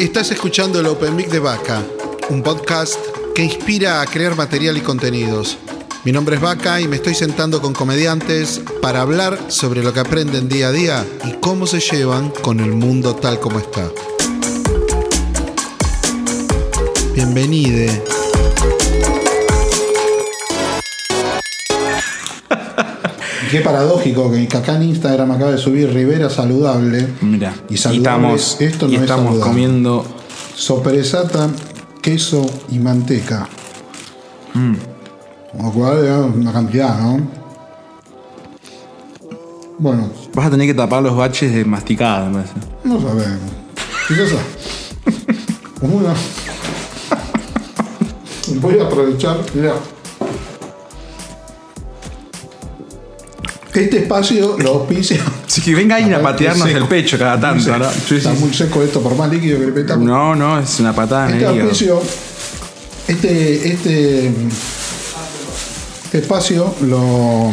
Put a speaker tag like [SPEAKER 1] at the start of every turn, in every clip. [SPEAKER 1] Estás escuchando el Open Mic de Vaca, un podcast que inspira a crear material y contenidos. Mi nombre es Vaca y me estoy sentando con comediantes para hablar sobre lo que aprenden día a día y cómo se llevan con el mundo tal como está. Bienvenide. Qué paradójico que acá en Instagram acaba de subir Rivera saludable.
[SPEAKER 2] Mira,
[SPEAKER 1] Y saludable, esto no
[SPEAKER 2] y
[SPEAKER 1] es
[SPEAKER 2] estamos
[SPEAKER 1] saludable.
[SPEAKER 2] comiendo.
[SPEAKER 1] Sopresata, queso y manteca.
[SPEAKER 2] Mm.
[SPEAKER 1] Lo cual es una cantidad, ¿no? Bueno,
[SPEAKER 2] Vas a tener que tapar los baches de masticada, me parece.
[SPEAKER 1] no sabemos. Quizás una. Voy a aprovechar, mirá. Este espacio lo auspicia.
[SPEAKER 2] Así que venga alguien a
[SPEAKER 1] Está muy
[SPEAKER 2] patearnos
[SPEAKER 1] seco.
[SPEAKER 2] el pecho cada tanto, ¿verdad? Sí,
[SPEAKER 1] Está
[SPEAKER 2] sí,
[SPEAKER 1] muy seco esto, por más líquido que le
[SPEAKER 2] sí.
[SPEAKER 1] metamos.
[SPEAKER 2] No, no, es una patada en
[SPEAKER 1] Este
[SPEAKER 2] el hígado.
[SPEAKER 1] auspicio, este, este, este espacio lo,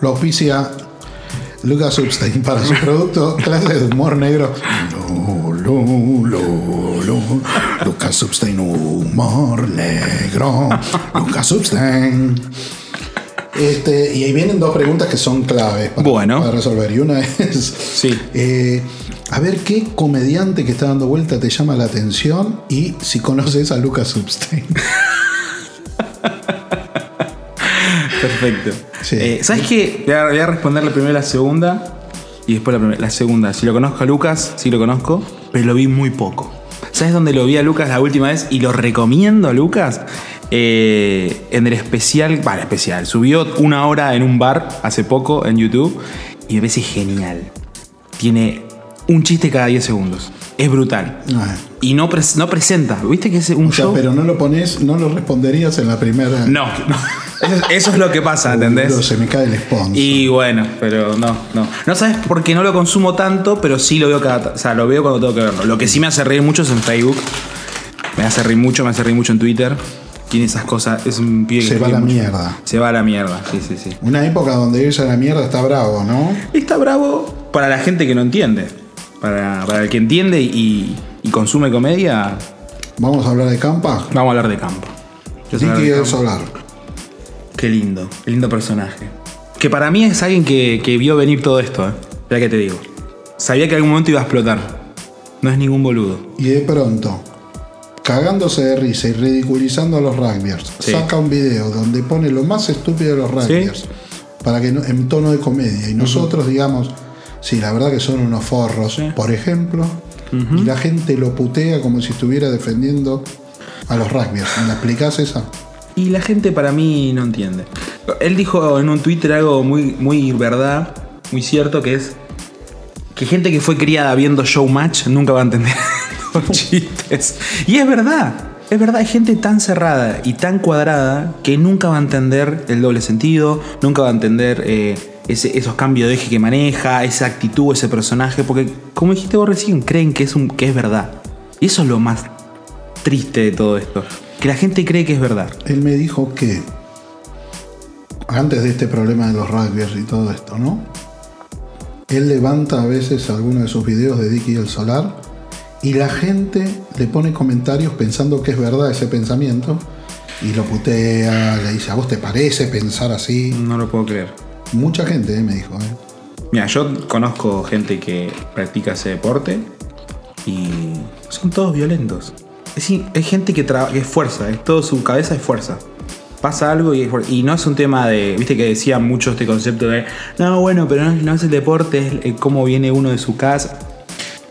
[SPEAKER 1] lo auspicia Lucas Upstein para su producto Clase de Humor Negro. Lo, lo, lo, lo. Lucas Upstein, Humor Negro. Lucas Upstein. Este, y ahí vienen dos preguntas que son claves para,
[SPEAKER 2] Bueno.
[SPEAKER 1] para resolver. Y una es.
[SPEAKER 2] Sí.
[SPEAKER 1] Eh, a ver qué comediante que está dando vuelta te llama la atención y si conoces a Lucas Upstein.
[SPEAKER 2] Perfecto.
[SPEAKER 1] Sí.
[SPEAKER 2] Eh, ¿Sabes qué? Voy a, voy a responderle primero la segunda y después la, primer- la segunda. Si lo conozco a Lucas, sí lo conozco, pero lo vi muy poco. ¿Sabes dónde lo vi a Lucas la última vez? Y lo recomiendo a Lucas. Eh, en el especial, vale, especial. Subió una hora en un bar hace poco en YouTube y me parece genial. Tiene un chiste cada 10 segundos. Es brutal.
[SPEAKER 1] Ah,
[SPEAKER 2] Y no, pres- no presenta. ¿Viste que es un
[SPEAKER 1] o sea,
[SPEAKER 2] show?
[SPEAKER 1] pero no lo pones, no lo responderías en la primera.
[SPEAKER 2] No. Eso- Eso es lo que pasa, ¿entendés?
[SPEAKER 1] Pero se me cae el sponsor.
[SPEAKER 2] Y bueno, pero no, no. No sabes por qué no lo consumo tanto, pero sí lo veo cada. ta- O sea, lo veo cuando tengo que verlo. Lo que sí me hace reír mucho es en Facebook. Me hace reír mucho, me hace reír mucho en Twitter. Tiene esas cosas. Es un pibe que
[SPEAKER 1] se va a
[SPEAKER 2] escribe
[SPEAKER 1] la
[SPEAKER 2] mucho.
[SPEAKER 1] mierda.
[SPEAKER 2] Se va a la mierda, sí, sí, sí.
[SPEAKER 1] Una época donde irse a la mierda está bravo, ¿no?
[SPEAKER 2] Está bravo para la gente que no entiende. Para, para el que entiende y, y consume comedia,
[SPEAKER 1] Vamos a hablar de Campa.
[SPEAKER 2] vamos a hablar de campo.
[SPEAKER 1] ¿De
[SPEAKER 2] Yo soy
[SPEAKER 1] qué
[SPEAKER 2] Alberto
[SPEAKER 1] quieres hablar?
[SPEAKER 2] Qué lindo, qué lindo personaje. Que para mí es alguien que, que vio venir todo esto, ¿eh? Ya que te digo. Sabía que en algún momento iba a explotar. No es ningún boludo.
[SPEAKER 1] Y de pronto, cagándose de risa y ridiculizando a los rugbyers,
[SPEAKER 2] Sí.
[SPEAKER 1] saca un video donde pone lo más estúpido de los rugbyers para que no- en tono de comedia y nosotros digamos, sí, la verdad que son unos forros,
[SPEAKER 2] Sí.
[SPEAKER 1] por ejemplo, y la gente lo putea como si estuviera defendiendo a los rugbyers. ¿Me explicás esa?
[SPEAKER 2] Y la gente para mí no entiende. Él dijo en un Twitter algo muy, muy verdad, muy cierto, que es que gente que fue criada viendo Showmatch nunca va a entender los chistes. Y es verdad, es verdad, hay gente tan cerrada y tan cuadrada que nunca va a entender el doble sentido, nunca va a entender eh, ese- esos cambios de eje que maneja, esa actitud, ese personaje, porque como dijiste vos recién, creen que es, un, que es verdad. Y eso es lo más triste de todo esto, que la gente cree que es verdad.
[SPEAKER 1] Él me dijo que, antes de este problema de los rugbyers y todo esto, ¿no? Él levanta a veces algunos de sus videos de Dicky y el Solar y la gente le pone comentarios pensando que es verdad ese pensamiento y lo putea, le dice, ¿a vos te parece pensar así?
[SPEAKER 2] No lo puedo creer.
[SPEAKER 1] Mucha gente eh, me dijo, ¿eh?
[SPEAKER 2] Mira, yo conozco gente que practica ese deporte y son todos violentos. Es decir, hay gente que, tra- que es fuerza, es todo su cabeza es fuerza. Pasa algo y, es fuer- y no es un tema de, viste que decían mucho este concepto de, no, bueno, pero no, es- no es el deporte, es el- cómo viene uno de su casa.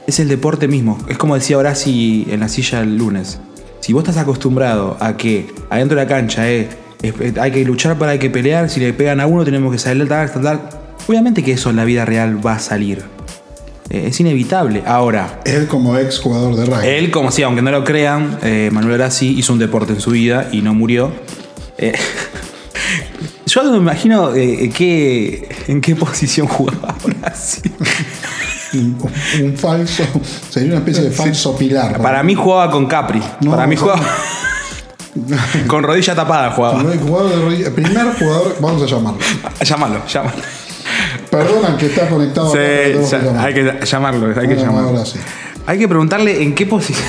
[SPEAKER 2] Es el deporte mismo. Es como decía Horaci en la silla el lunes. Si vos estás acostumbrado a que adentro de la cancha eh, es- eh, hay que luchar para hay que pelear, si le pegan a uno tenemos que salir tal, tal, tal. Obviamente que eso en la vida real va a salir. Eh, es inevitable. Ahora,
[SPEAKER 1] Él como ex jugador de rugby.
[SPEAKER 2] él, como si, aunque no lo crean, eh, Manuel Horaci hizo un deporte en su vida y no murió. Eh, yo no me imagino eh, qué- en qué posición jugaba Horaci.
[SPEAKER 1] Un, un falso, sería una especie de falso pilar.
[SPEAKER 2] Para mí jugaba con Capri.
[SPEAKER 1] No,
[SPEAKER 2] Para mí
[SPEAKER 1] no.
[SPEAKER 2] jugaba. con rodilla tapada jugaba.
[SPEAKER 1] Primer jugador de rugby- primer jugador, vamos a llamarlo.
[SPEAKER 2] Llámalo, llámalo.
[SPEAKER 1] Perdonan que está conectado. acá, pero tengo
[SPEAKER 2] Sí,
[SPEAKER 1] que
[SPEAKER 2] ya-
[SPEAKER 1] llamar.
[SPEAKER 2] hay que llamarlo, hay que
[SPEAKER 1] Ahora,
[SPEAKER 2] llamarlo.
[SPEAKER 1] ahora sí.
[SPEAKER 2] Hay que preguntarle en qué posición.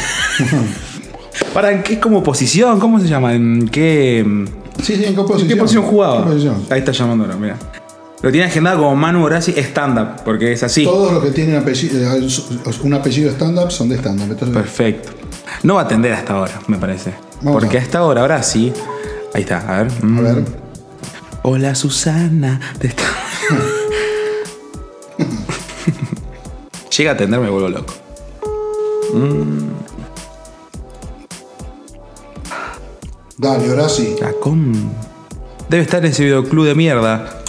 [SPEAKER 2] Para, ¿en qué es como posición? ¿Cómo se llama? ¿En qué, en
[SPEAKER 1] Sí, sí, ¿en qué posición?
[SPEAKER 2] qué posición jugaba?
[SPEAKER 1] ¿Qué posición?
[SPEAKER 2] Ahí está llamándolo, mira. Lo tiene agendado como Manu Grassi stand-up, porque es así.
[SPEAKER 1] Todos los que tienen apellido- eh, un apellido stand-up son de stand-up. Entonces,
[SPEAKER 2] Perfecto. No va a atender hasta ahora, me parece.
[SPEAKER 1] Vamos
[SPEAKER 2] porque
[SPEAKER 1] a-
[SPEAKER 2] hasta ahora, ahora sí. Ahí está, a ver.
[SPEAKER 1] a
[SPEAKER 2] Mm.
[SPEAKER 1] ver.
[SPEAKER 2] Hola Susana. Te está- Llega a atender, me vuelvo loco.
[SPEAKER 1] Dale, ahora sí.
[SPEAKER 2] La con- Debe estar en ese videoclub de mierda.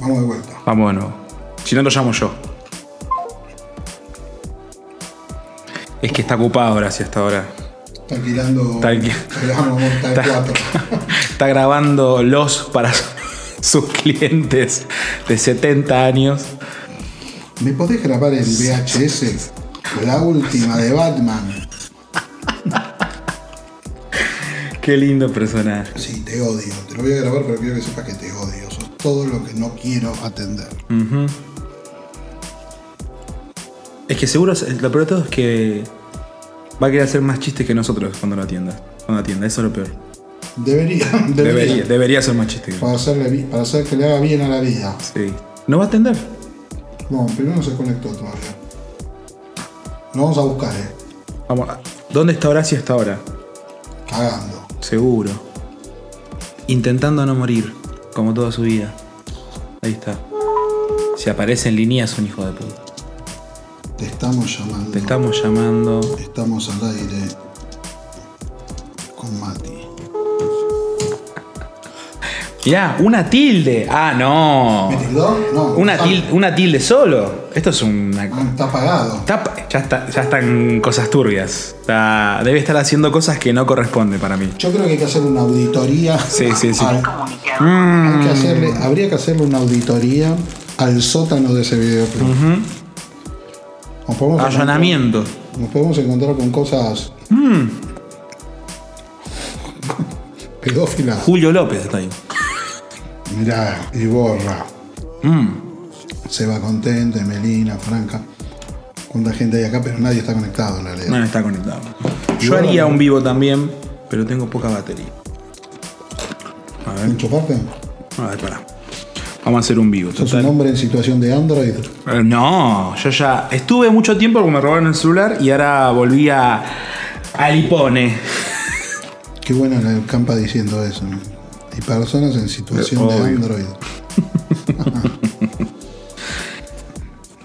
[SPEAKER 1] Vamos de vuelta.
[SPEAKER 2] Vamos de nuevo. Si no, lo llamo yo. Es que está ocupado ahora, sí, hasta ahora.
[SPEAKER 1] Está alquilando.
[SPEAKER 2] Está alqui-
[SPEAKER 1] Alquilamos Monta
[SPEAKER 2] Está,
[SPEAKER 1] 4.
[SPEAKER 2] está grabando los para sus clientes de 70 años.
[SPEAKER 1] ¿Me podés grabar en VHS la última de Batman?
[SPEAKER 2] Qué lindo personaje.
[SPEAKER 1] Sí, te odio. Te lo voy a grabar, pero quiero que sepas que te odio. Sos todo lo que no quiero atender.
[SPEAKER 2] Es que seguro, lo peor de todo es que va a querer hacer más chistes que nosotros cuando lo atienda. Cuando atienda, eso es lo peor.
[SPEAKER 1] Debería.
[SPEAKER 2] Debería,
[SPEAKER 1] Debería.
[SPEAKER 2] debería hacer más chistes.
[SPEAKER 1] Para, hacerle, bi- para hacer que le haga bien a la vida.
[SPEAKER 2] Sí. No va a atender.
[SPEAKER 1] No, primero no se conectó todavía. Lo vamos a buscar, eh.
[SPEAKER 2] Vamos. a- ¿Dónde está Horacio hasta ahora?
[SPEAKER 1] Cagando.
[SPEAKER 2] Seguro. Intentando no morir, como toda su vida. Ahí está. Si aparece en línea es un hijo de puta.
[SPEAKER 1] Te estamos llamando.
[SPEAKER 2] Te estamos llamando.
[SPEAKER 1] Estamos al aire con Mati.
[SPEAKER 2] Mirá, una tilde. Ah, no.
[SPEAKER 1] ¿Me tildó? No.
[SPEAKER 2] Una
[SPEAKER 1] está-
[SPEAKER 2] tilde, una tilde solo. Esto es una...
[SPEAKER 1] Ah, Está apagado.
[SPEAKER 2] Está pa- ya, está- ya están cosas turbias. Está- debe estar haciendo cosas que no corresponde para mí.
[SPEAKER 1] Yo creo que hay que hacer una auditoría.
[SPEAKER 2] Sí, sí, sí. Mm.
[SPEAKER 1] al- hay que hacerle, habría que hacerle una auditoría al sótano de ese videoclub. nos, podemos
[SPEAKER 2] ah.
[SPEAKER 1] encontrar,
[SPEAKER 2] Allanamiento.
[SPEAKER 1] nos podemos encontrar con cosas
[SPEAKER 2] Mm.
[SPEAKER 1] pedófilas.
[SPEAKER 2] Julio López está ahí.
[SPEAKER 1] Mirá, y borra.
[SPEAKER 2] Mm.
[SPEAKER 1] Seba Contente, Melina, Franca. Cuánta gente hay acá, pero nadie está conectado en realidad.
[SPEAKER 2] No, no está conectado. Yo
[SPEAKER 1] Igual
[SPEAKER 2] haría
[SPEAKER 1] no.
[SPEAKER 2] un vivo también, pero tengo poca batería. A ver,
[SPEAKER 1] ¿Enchufaste?
[SPEAKER 2] a ver, pará. Vamos a hacer un vivo.
[SPEAKER 1] ¿Sos un
[SPEAKER 2] total.
[SPEAKER 1] hombre en situación de Android?
[SPEAKER 2] Eh, No, yo ya estuve mucho tiempo porque me robaron el celular y ahora volví a Alipone.
[SPEAKER 1] Qué bueno la campa diciendo eso. ¿no? Y personas en situación
[SPEAKER 2] Eh,
[SPEAKER 1] de
[SPEAKER 2] obvio.
[SPEAKER 1] Android.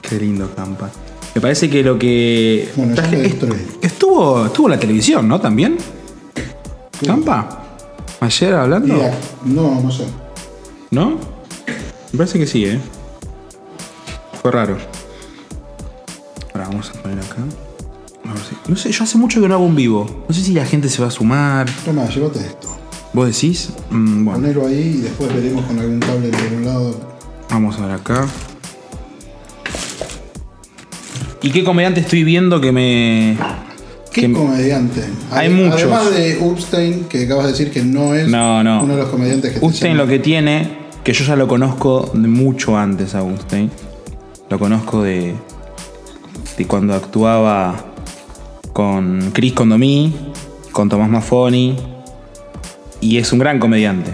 [SPEAKER 2] Qué lindo campa. Me parece que lo que
[SPEAKER 1] Bueno, yo
[SPEAKER 2] traje-
[SPEAKER 1] me
[SPEAKER 2] es-
[SPEAKER 1] distraí.
[SPEAKER 2] estuvo estuvo en la televisión, ¿no? También. Campa. Ayer hablando.
[SPEAKER 1] Y ac- no, no sé.
[SPEAKER 2] ¿No? Me parece que sí, ¿eh? Fue raro. Ahora vamos a poner acá. A ver si- No sé, yo hace mucho que no hago un vivo. No sé si la gente se va a sumar.
[SPEAKER 1] Toma, llévate esto.
[SPEAKER 2] ¿Vos decís? Mm, bueno,
[SPEAKER 1] Ponelo ahí y después veremos con algún cable de algún lado.
[SPEAKER 2] vamos a ver acá. ¿Y qué comediante estoy viendo que me...
[SPEAKER 1] ¿Qué
[SPEAKER 2] que-
[SPEAKER 1] comediante?
[SPEAKER 2] Hay
[SPEAKER 1] Ade-
[SPEAKER 2] muchos.
[SPEAKER 1] Además de Upstein, que acabas de decir que no es
[SPEAKER 2] No, no.
[SPEAKER 1] uno de los comediantes que te
[SPEAKER 2] Gustain
[SPEAKER 1] llama.
[SPEAKER 2] lo que tiene, que yo ya lo conozco de mucho antes a Gustain. Lo conozco de, de cuando actuaba con Chris Condomí, con Tomás Maffoni. Y es un gran comediante.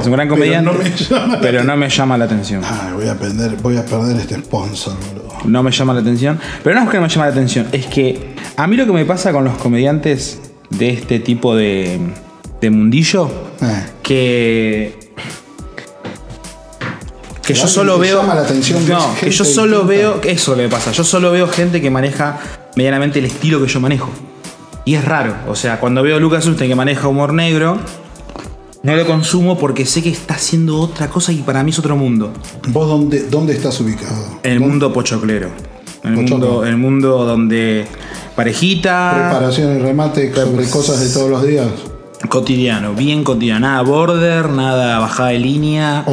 [SPEAKER 2] Es un gran comediante,
[SPEAKER 1] no me llama la
[SPEAKER 2] pero no me llama la atención.
[SPEAKER 1] Ah, voy a, perder, voy a perder este sponsor, boludo.
[SPEAKER 2] No me llama la atención. Pero no es que no me llama la atención, es que a mí lo que me pasa con los comediantes de este tipo de, de mundillo
[SPEAKER 1] Eh.
[SPEAKER 2] que que yo
[SPEAKER 1] alguien
[SPEAKER 2] solo
[SPEAKER 1] te
[SPEAKER 2] veo
[SPEAKER 1] llama la atención de
[SPEAKER 2] no
[SPEAKER 1] gente
[SPEAKER 2] que yo solo
[SPEAKER 1] distinta.
[SPEAKER 2] veo eso le pasa yo solo veo gente que maneja medianamente el estilo que yo manejo y es raro o sea cuando veo a Lucas Usten que maneja humor negro no lo consumo porque sé que está haciendo otra cosa y para mí es otro mundo
[SPEAKER 1] ¿Vos dónde, dónde estás ubicado?
[SPEAKER 2] el mundo pochoclero el
[SPEAKER 1] Pochoclo.
[SPEAKER 2] mundo el mundo donde parejita
[SPEAKER 1] Preparación y remate sobre cosas de todos los días.
[SPEAKER 2] cotidiano bien cotidiano nada border nada bajada de línea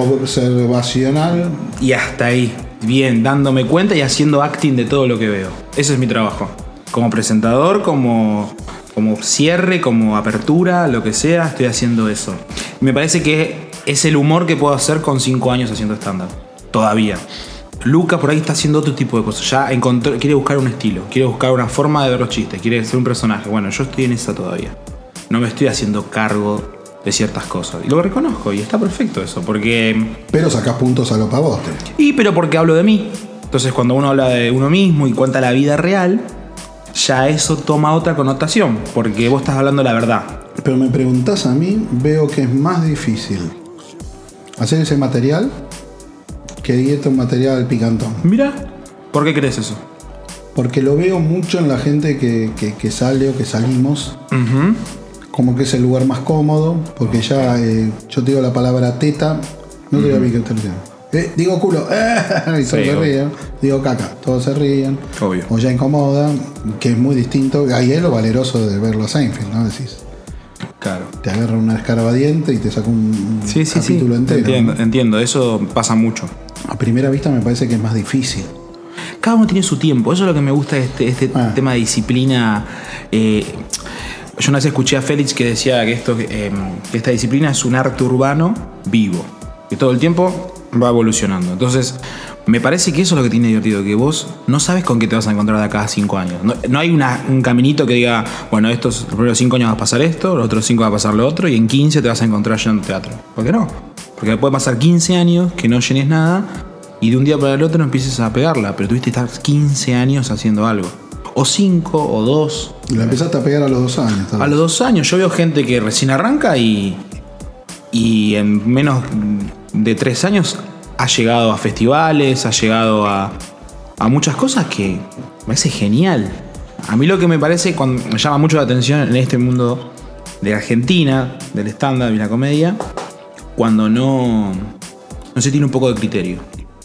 [SPEAKER 1] Observacional.
[SPEAKER 2] y hasta ahí. Bien, dándome cuenta y haciendo acting de todo lo que veo. Ese es mi trabajo. Como presentador, como, como cierre, como apertura, lo que sea, estoy haciendo eso. Me parece que es el humor que puedo hacer con 5 años haciendo stand-up. Todavía. Lucas por ahí está haciendo otro tipo de cosas. Ya encontró, quiere buscar un estilo, quiere buscar una forma de ver los chistes, quiere ser un personaje. Bueno, yo estoy en esa todavía. No me estoy haciendo cargo de ciertas cosas. Y lo reconozco y está perfecto eso, porque
[SPEAKER 1] Pero sacás puntos a lo pavote.
[SPEAKER 2] y pero porque hablo de mí. Entonces cuando uno habla de uno mismo y cuenta la vida real, ya eso toma otra connotación, porque vos estás hablando la verdad.
[SPEAKER 1] Pero me preguntás a mí, veo que es más difícil hacer ese material que dieta un material picantón.
[SPEAKER 2] Mira, ¿por qué crees eso?
[SPEAKER 1] Porque lo veo mucho en la gente que, que- que sale o que salimos.
[SPEAKER 2] Ujú.
[SPEAKER 1] Como que es el lugar más cómodo. Porque ya eh, yo te digo la palabra teta. No te digo a mí que te lo digo. Eh, digo culo. y todos
[SPEAKER 2] Sí,
[SPEAKER 1] se
[SPEAKER 2] obvio.
[SPEAKER 1] ríen. Digo caca. Todos se ríen.
[SPEAKER 2] Obvio.
[SPEAKER 1] O ya incomoda. Que es muy distinto. Ahí es lo valeroso de verlo a Seinfeld, ¿no? Decís.
[SPEAKER 2] Claro.
[SPEAKER 1] Te agarra una escarabadiente y te saca un, un
[SPEAKER 2] Sí, sí, sí.
[SPEAKER 1] capítulo entero.
[SPEAKER 2] Entiendo, entiendo, eso pasa mucho.
[SPEAKER 1] A primera vista me parece que es más difícil.
[SPEAKER 2] Cada uno tiene su tiempo. Eso es lo que me gusta de este, este
[SPEAKER 1] Ah.
[SPEAKER 2] tema de disciplina. Eh, yo una vez escuché a Félix que decía que, esto, eh, que esta disciplina es un arte urbano vivo. Que todo el tiempo va evolucionando. Entonces, me parece que eso es lo que tiene divertido, que vos no sabes con qué te vas a encontrar de acá a cinco años. No, no hay una- un caminito que diga, bueno, estos los primeros cinco años va a pasar esto, los otros cinco va a pasar lo otro, y en 15 te vas a encontrar yendo al teatro. ¿Por qué no? Porque puede pasar 15 años que no llenes nada y de un día para el otro no empieces a pegarla, pero tuviste que estar 15 años haciendo algo. O 5 o 2.
[SPEAKER 1] Y la empezaste a pegar a los dos años. tal
[SPEAKER 2] A
[SPEAKER 1] vez.
[SPEAKER 2] los 2 años yo veo gente que recién arranca y, y en menos de 3 años ha llegado a festivales, ha llegado a, a muchas cosas que me parece genial. A mí lo que me parece, cuando me llama mucho la atención en este mundo de Argentina, del stand-up y la comedia, cuando no, no se tiene un poco de criterio.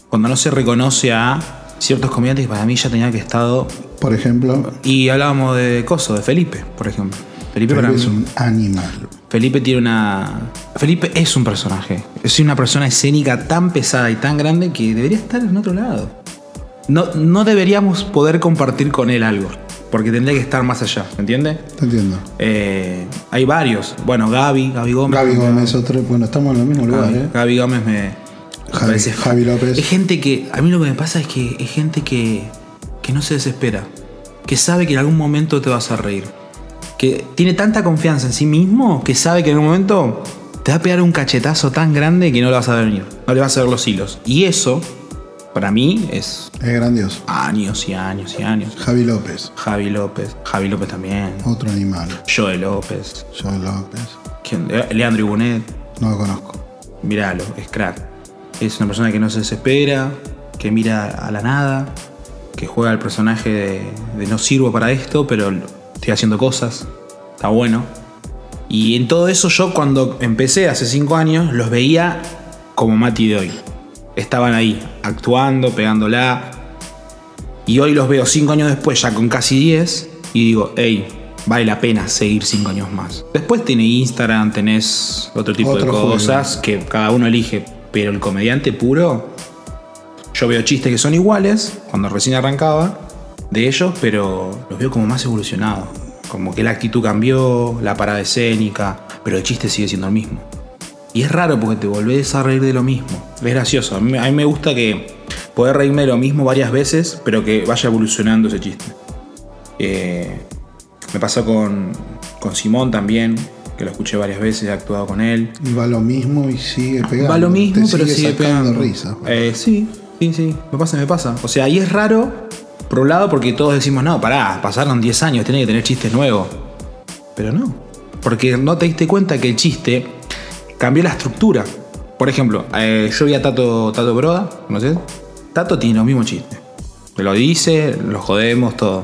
[SPEAKER 2] Cuando no se reconoce a ciertos comediantes que para mí ya tenían que estado.
[SPEAKER 1] Por ejemplo,
[SPEAKER 2] Y hablábamos de Coso, de Felipe, por ejemplo. Felipe, para
[SPEAKER 1] Felipe
[SPEAKER 2] mí-
[SPEAKER 1] es un animal.
[SPEAKER 2] Felipe tiene una. Felipe es un personaje. Es una persona escénica tan pesada y tan grande que debería estar en otro lado. No, no deberíamos poder compartir con él algo. Porque tendría que estar más allá, ¿me entiendes?
[SPEAKER 1] Te entiendo.
[SPEAKER 2] hay varios. Bueno, Gaby, Gaby Gómez.
[SPEAKER 1] Gaby Gómez, otro. Bueno, estamos en el mismo lugar, ¿eh?
[SPEAKER 2] Gaby, Gaby Gómez me. me
[SPEAKER 1] Javi- Javi López.
[SPEAKER 2] Es gente que. A mí lo que me pasa es que es gente que. que no se desespera. Que sabe que en algún momento te vas a reír. Que tiene tanta confianza en sí mismo que sabe que en algún momento te va a pegar un cachetazo tan grande que no le vas a ver venir. No le vas a ver los hilos. Y eso, para mí, es
[SPEAKER 1] Es grandioso.
[SPEAKER 2] años y años y años.
[SPEAKER 1] Javi López,
[SPEAKER 2] Javi López. Javi López también.
[SPEAKER 1] otro animal.
[SPEAKER 2] Joe López.
[SPEAKER 1] Joe López,
[SPEAKER 2] ¿Quién? Le- Leandro Ibunet.
[SPEAKER 1] no lo conozco.
[SPEAKER 2] Míralo, es crack. Es una persona que no se desespera, que mira a la nada, que juega al personaje de, de no sirvo para esto, pero lo- estoy haciendo cosas. Está bueno. Y en todo eso yo cuando empecé hace cinco años los veía como Mati de hoy. Estaban ahí, actuando, pegándola. Y hoy los veo cinco años después, ya con casi 10, y digo, hey, vale la pena seguir cinco años más. Después tiene Instagram, tenés otro tipo de
[SPEAKER 1] Otro juego.
[SPEAKER 2] cosas que cada uno elige, pero el comediante puro, yo veo chistes que son iguales, cuando recién arrancaba, de ellos, pero los veo como más evolucionados. Como que la actitud cambió, la parada escénica, pero el chiste sigue siendo el mismo. Y es raro porque te volvés a reír de lo mismo. Es gracioso. A mí, a mí me gusta que poder reírme de lo mismo varias veces, pero que vaya evolucionando ese chiste. Eh, me pasó con, con Simón también, que lo escuché varias veces, he actuado con él.
[SPEAKER 1] Y va lo mismo y sigue pegando.
[SPEAKER 2] Va lo mismo,
[SPEAKER 1] Te
[SPEAKER 2] pero sigue
[SPEAKER 1] sacando
[SPEAKER 2] pegando.
[SPEAKER 1] risa.
[SPEAKER 2] Eh, sí, sí, sí. Me pasa, me pasa. O sea, y es raro, por un lado, porque todos decimos, no, pará, pasaron 10 años, tiene que tener chistes nuevos. Pero no. Porque no te diste cuenta que el chiste cambió la estructura. Por ejemplo, eh, yo vi a Tato, Tato Broda, ¿conoces? Tato tiene los mismos chistes. Te lo dice, lo jodemos, todo.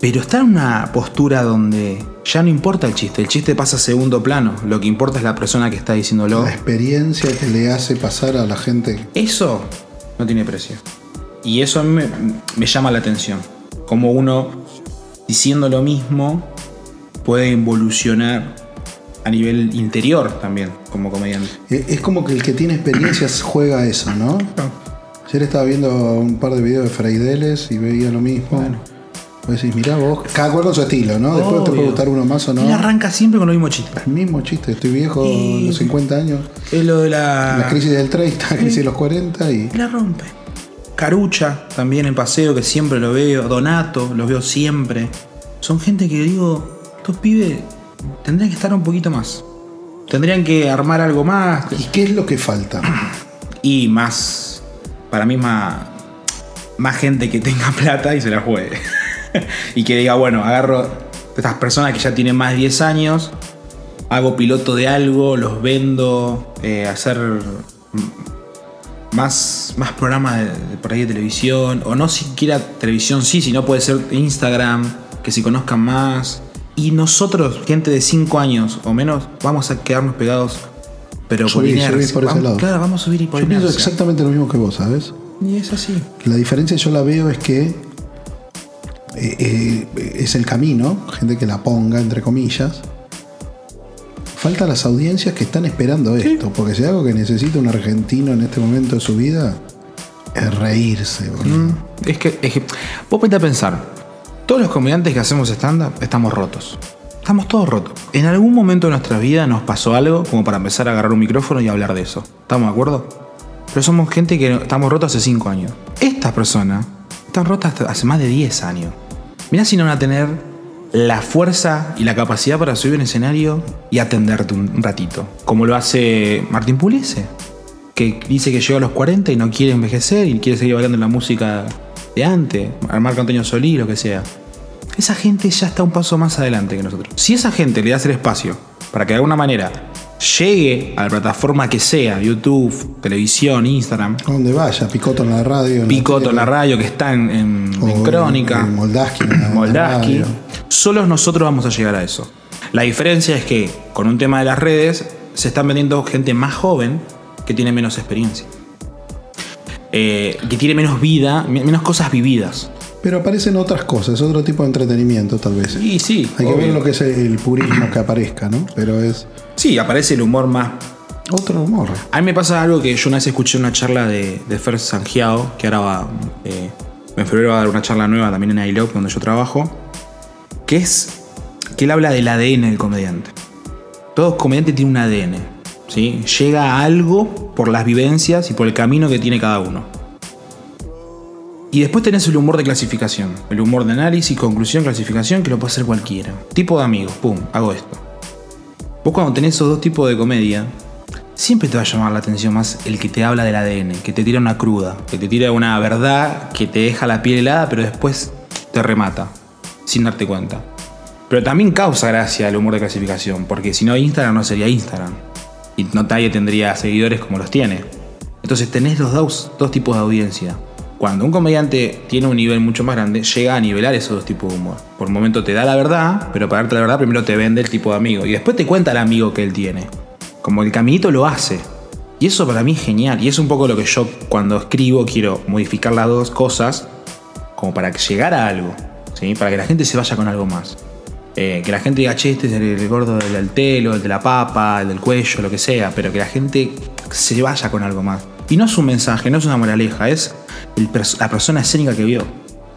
[SPEAKER 2] Pero está en una postura donde ya no importa el chiste, el chiste pasa a segundo plano. Lo que importa es la persona que está diciéndolo.
[SPEAKER 1] La experiencia que le hace pasar a la gente.
[SPEAKER 2] Eso no tiene precio. Y eso a mí me, me llama la atención. Como uno, diciendo lo mismo, puede evolucionar a nivel interior también, como comediante.
[SPEAKER 1] Eh, Es como que el que tiene experiencias juega eso, ¿no? Ayer estaba viendo un par de videos de Fraideles y veía lo mismo. Vos decís, mirá vos, cada cual con su estilo, ¿no? Después te
[SPEAKER 2] Obvio.
[SPEAKER 1] puede gustar uno más o no.
[SPEAKER 2] Él arranca siempre con los mismos chistes.
[SPEAKER 1] El mismo chiste, estoy viejo,
[SPEAKER 2] Y- Ah.
[SPEAKER 1] los 50 años.
[SPEAKER 2] Es lo de la.
[SPEAKER 1] La crisis del 30, la crisis de los 40 y...
[SPEAKER 2] Y la rompe. Carucha, también en paseo, que siempre lo veo. Donato, los veo siempre. Son gente que digo, estos pibes tendrían que estar un poquito más. Tendrían que armar algo más.
[SPEAKER 1] ¿Y qué es lo que falta?
[SPEAKER 2] Y más. Para mí, más. Más gente que tenga plata y se la juegue. y que diga, bueno, agarro estas personas que ya tienen más de 10 años, hago piloto de algo, los vendo, eh, hacer mm, más, más programas de, de por ahí de televisión, o no siquiera televisión, sí, sino puede ser Instagram, que se conozcan más. Y nosotros, gente de 5 años o menos, vamos a quedarnos pegados, pero por
[SPEAKER 1] Subí, subí
[SPEAKER 2] inercia.
[SPEAKER 1] por ese
[SPEAKER 2] vamos,
[SPEAKER 1] lado.
[SPEAKER 2] Claro, vamos a subir y por
[SPEAKER 1] Yo pienso
[SPEAKER 2] inercia.
[SPEAKER 1] exactamente lo mismo que vos, ¿sabes?
[SPEAKER 2] Y es así.
[SPEAKER 1] La diferencia yo la veo es que eh, eh, es el camino, gente que la ponga, entre comillas. Falta las audiencias que están esperando esto, porque si hay algo que necesita un argentino en este momento de su vida, es reírse. boludo.
[SPEAKER 2] Es que, es que- vos ponete a pensar, todos los comediantes que hacemos stand-up estamos rotos. Estamos todos rotos. En algún momento de nuestra vida nos pasó algo como para empezar a agarrar un micrófono y hablar de eso. ¿Estamos de acuerdo? Pero somos gente que estamos rotos hace 5 años. Estas personas están rotas hasta- hace más de 10 años. Mirá si no van a tener la fuerza y la capacidad para subir un escenario y atenderte un un ratito. Como lo hace Martín Puliese que dice que llegó a los 40 y no quiere envejecer y quiere seguir bailando la música de antes, al Marco Antonio Solí, lo que sea. Esa gente ya está un paso más adelante que nosotros. Si esa gente le das el espacio para que de alguna manera llegue a la plataforma que sea, YouTube, televisión, Instagram,
[SPEAKER 1] A Donde vaya, Picoto en la radio. en
[SPEAKER 2] Picoto en la
[SPEAKER 1] tele,
[SPEAKER 2] radio que está en, en- en
[SPEAKER 1] o en-
[SPEAKER 2] Crónica,
[SPEAKER 1] en Moldaski. en la- en la
[SPEAKER 2] Moldaski,
[SPEAKER 1] radio.
[SPEAKER 2] solos nosotros vamos a llegar a eso. La diferencia es que con un tema de las redes se están vendiendo gente más joven que tiene menos experiencia. Eh, que tiene menos vida, me- menos cosas vividas.
[SPEAKER 1] Pero aparecen otras cosas, otro tipo de entretenimiento tal vez.
[SPEAKER 2] Y sí,
[SPEAKER 1] Hay que ver
[SPEAKER 2] obvio.
[SPEAKER 1] lo que es el purismo que aparezca, ¿no? Pero es
[SPEAKER 2] sí, aparece el humor más.
[SPEAKER 1] otro humor.
[SPEAKER 2] A mí me pasa algo que yo una vez escuché en una charla de, de Fer Sangiao, que ahora va. eh, en febrero va a dar una charla nueva también en ILOP, donde yo trabajo. que es que él habla del ADN del comediante. Todo comediante tiene un ADN, ¿sí? Llega a algo por las vivencias y por el camino que tiene cada uno. Y después tenés el humor de clasificación, el humor de análisis, conclusión, clasificación, que lo puede hacer cualquiera. Tipo de amigos, pum, hago esto. Vos cuando tenés esos dos tipos de comedia, siempre te va a llamar la atención más el que te habla del ADN, que te tira una cruda, que te tira una verdad que te deja la piel helada, pero después te remata, sin darte cuenta. Pero también causa gracia el humor de clasificación, porque si no Instagram no sería Instagram. Y no nadie tendría seguidores como los tiene. Entonces tenés los dos, dos tipos de audiencia. Cuando un comediante tiene un nivel mucho más grande, llega a nivelar esos dos tipos de humor. Por un momento te da la verdad, pero para darte la verdad primero te vende el tipo de amigo. Y después te cuenta el amigo que él tiene. Como el caminito lo hace. Y eso para mí es genial. Y es un poco lo que yo cuando escribo quiero modificar las dos cosas como para que llegara a algo, ¿sí? para que la gente se vaya con algo más. Eh, que la gente diga, che, este es el, el gordo del, del telo, el de la papa, el del cuello, lo que sea, pero que la gente se vaya con algo más. Y no es un mensaje, no es una moraleja, es el pers- la persona escénica que vio.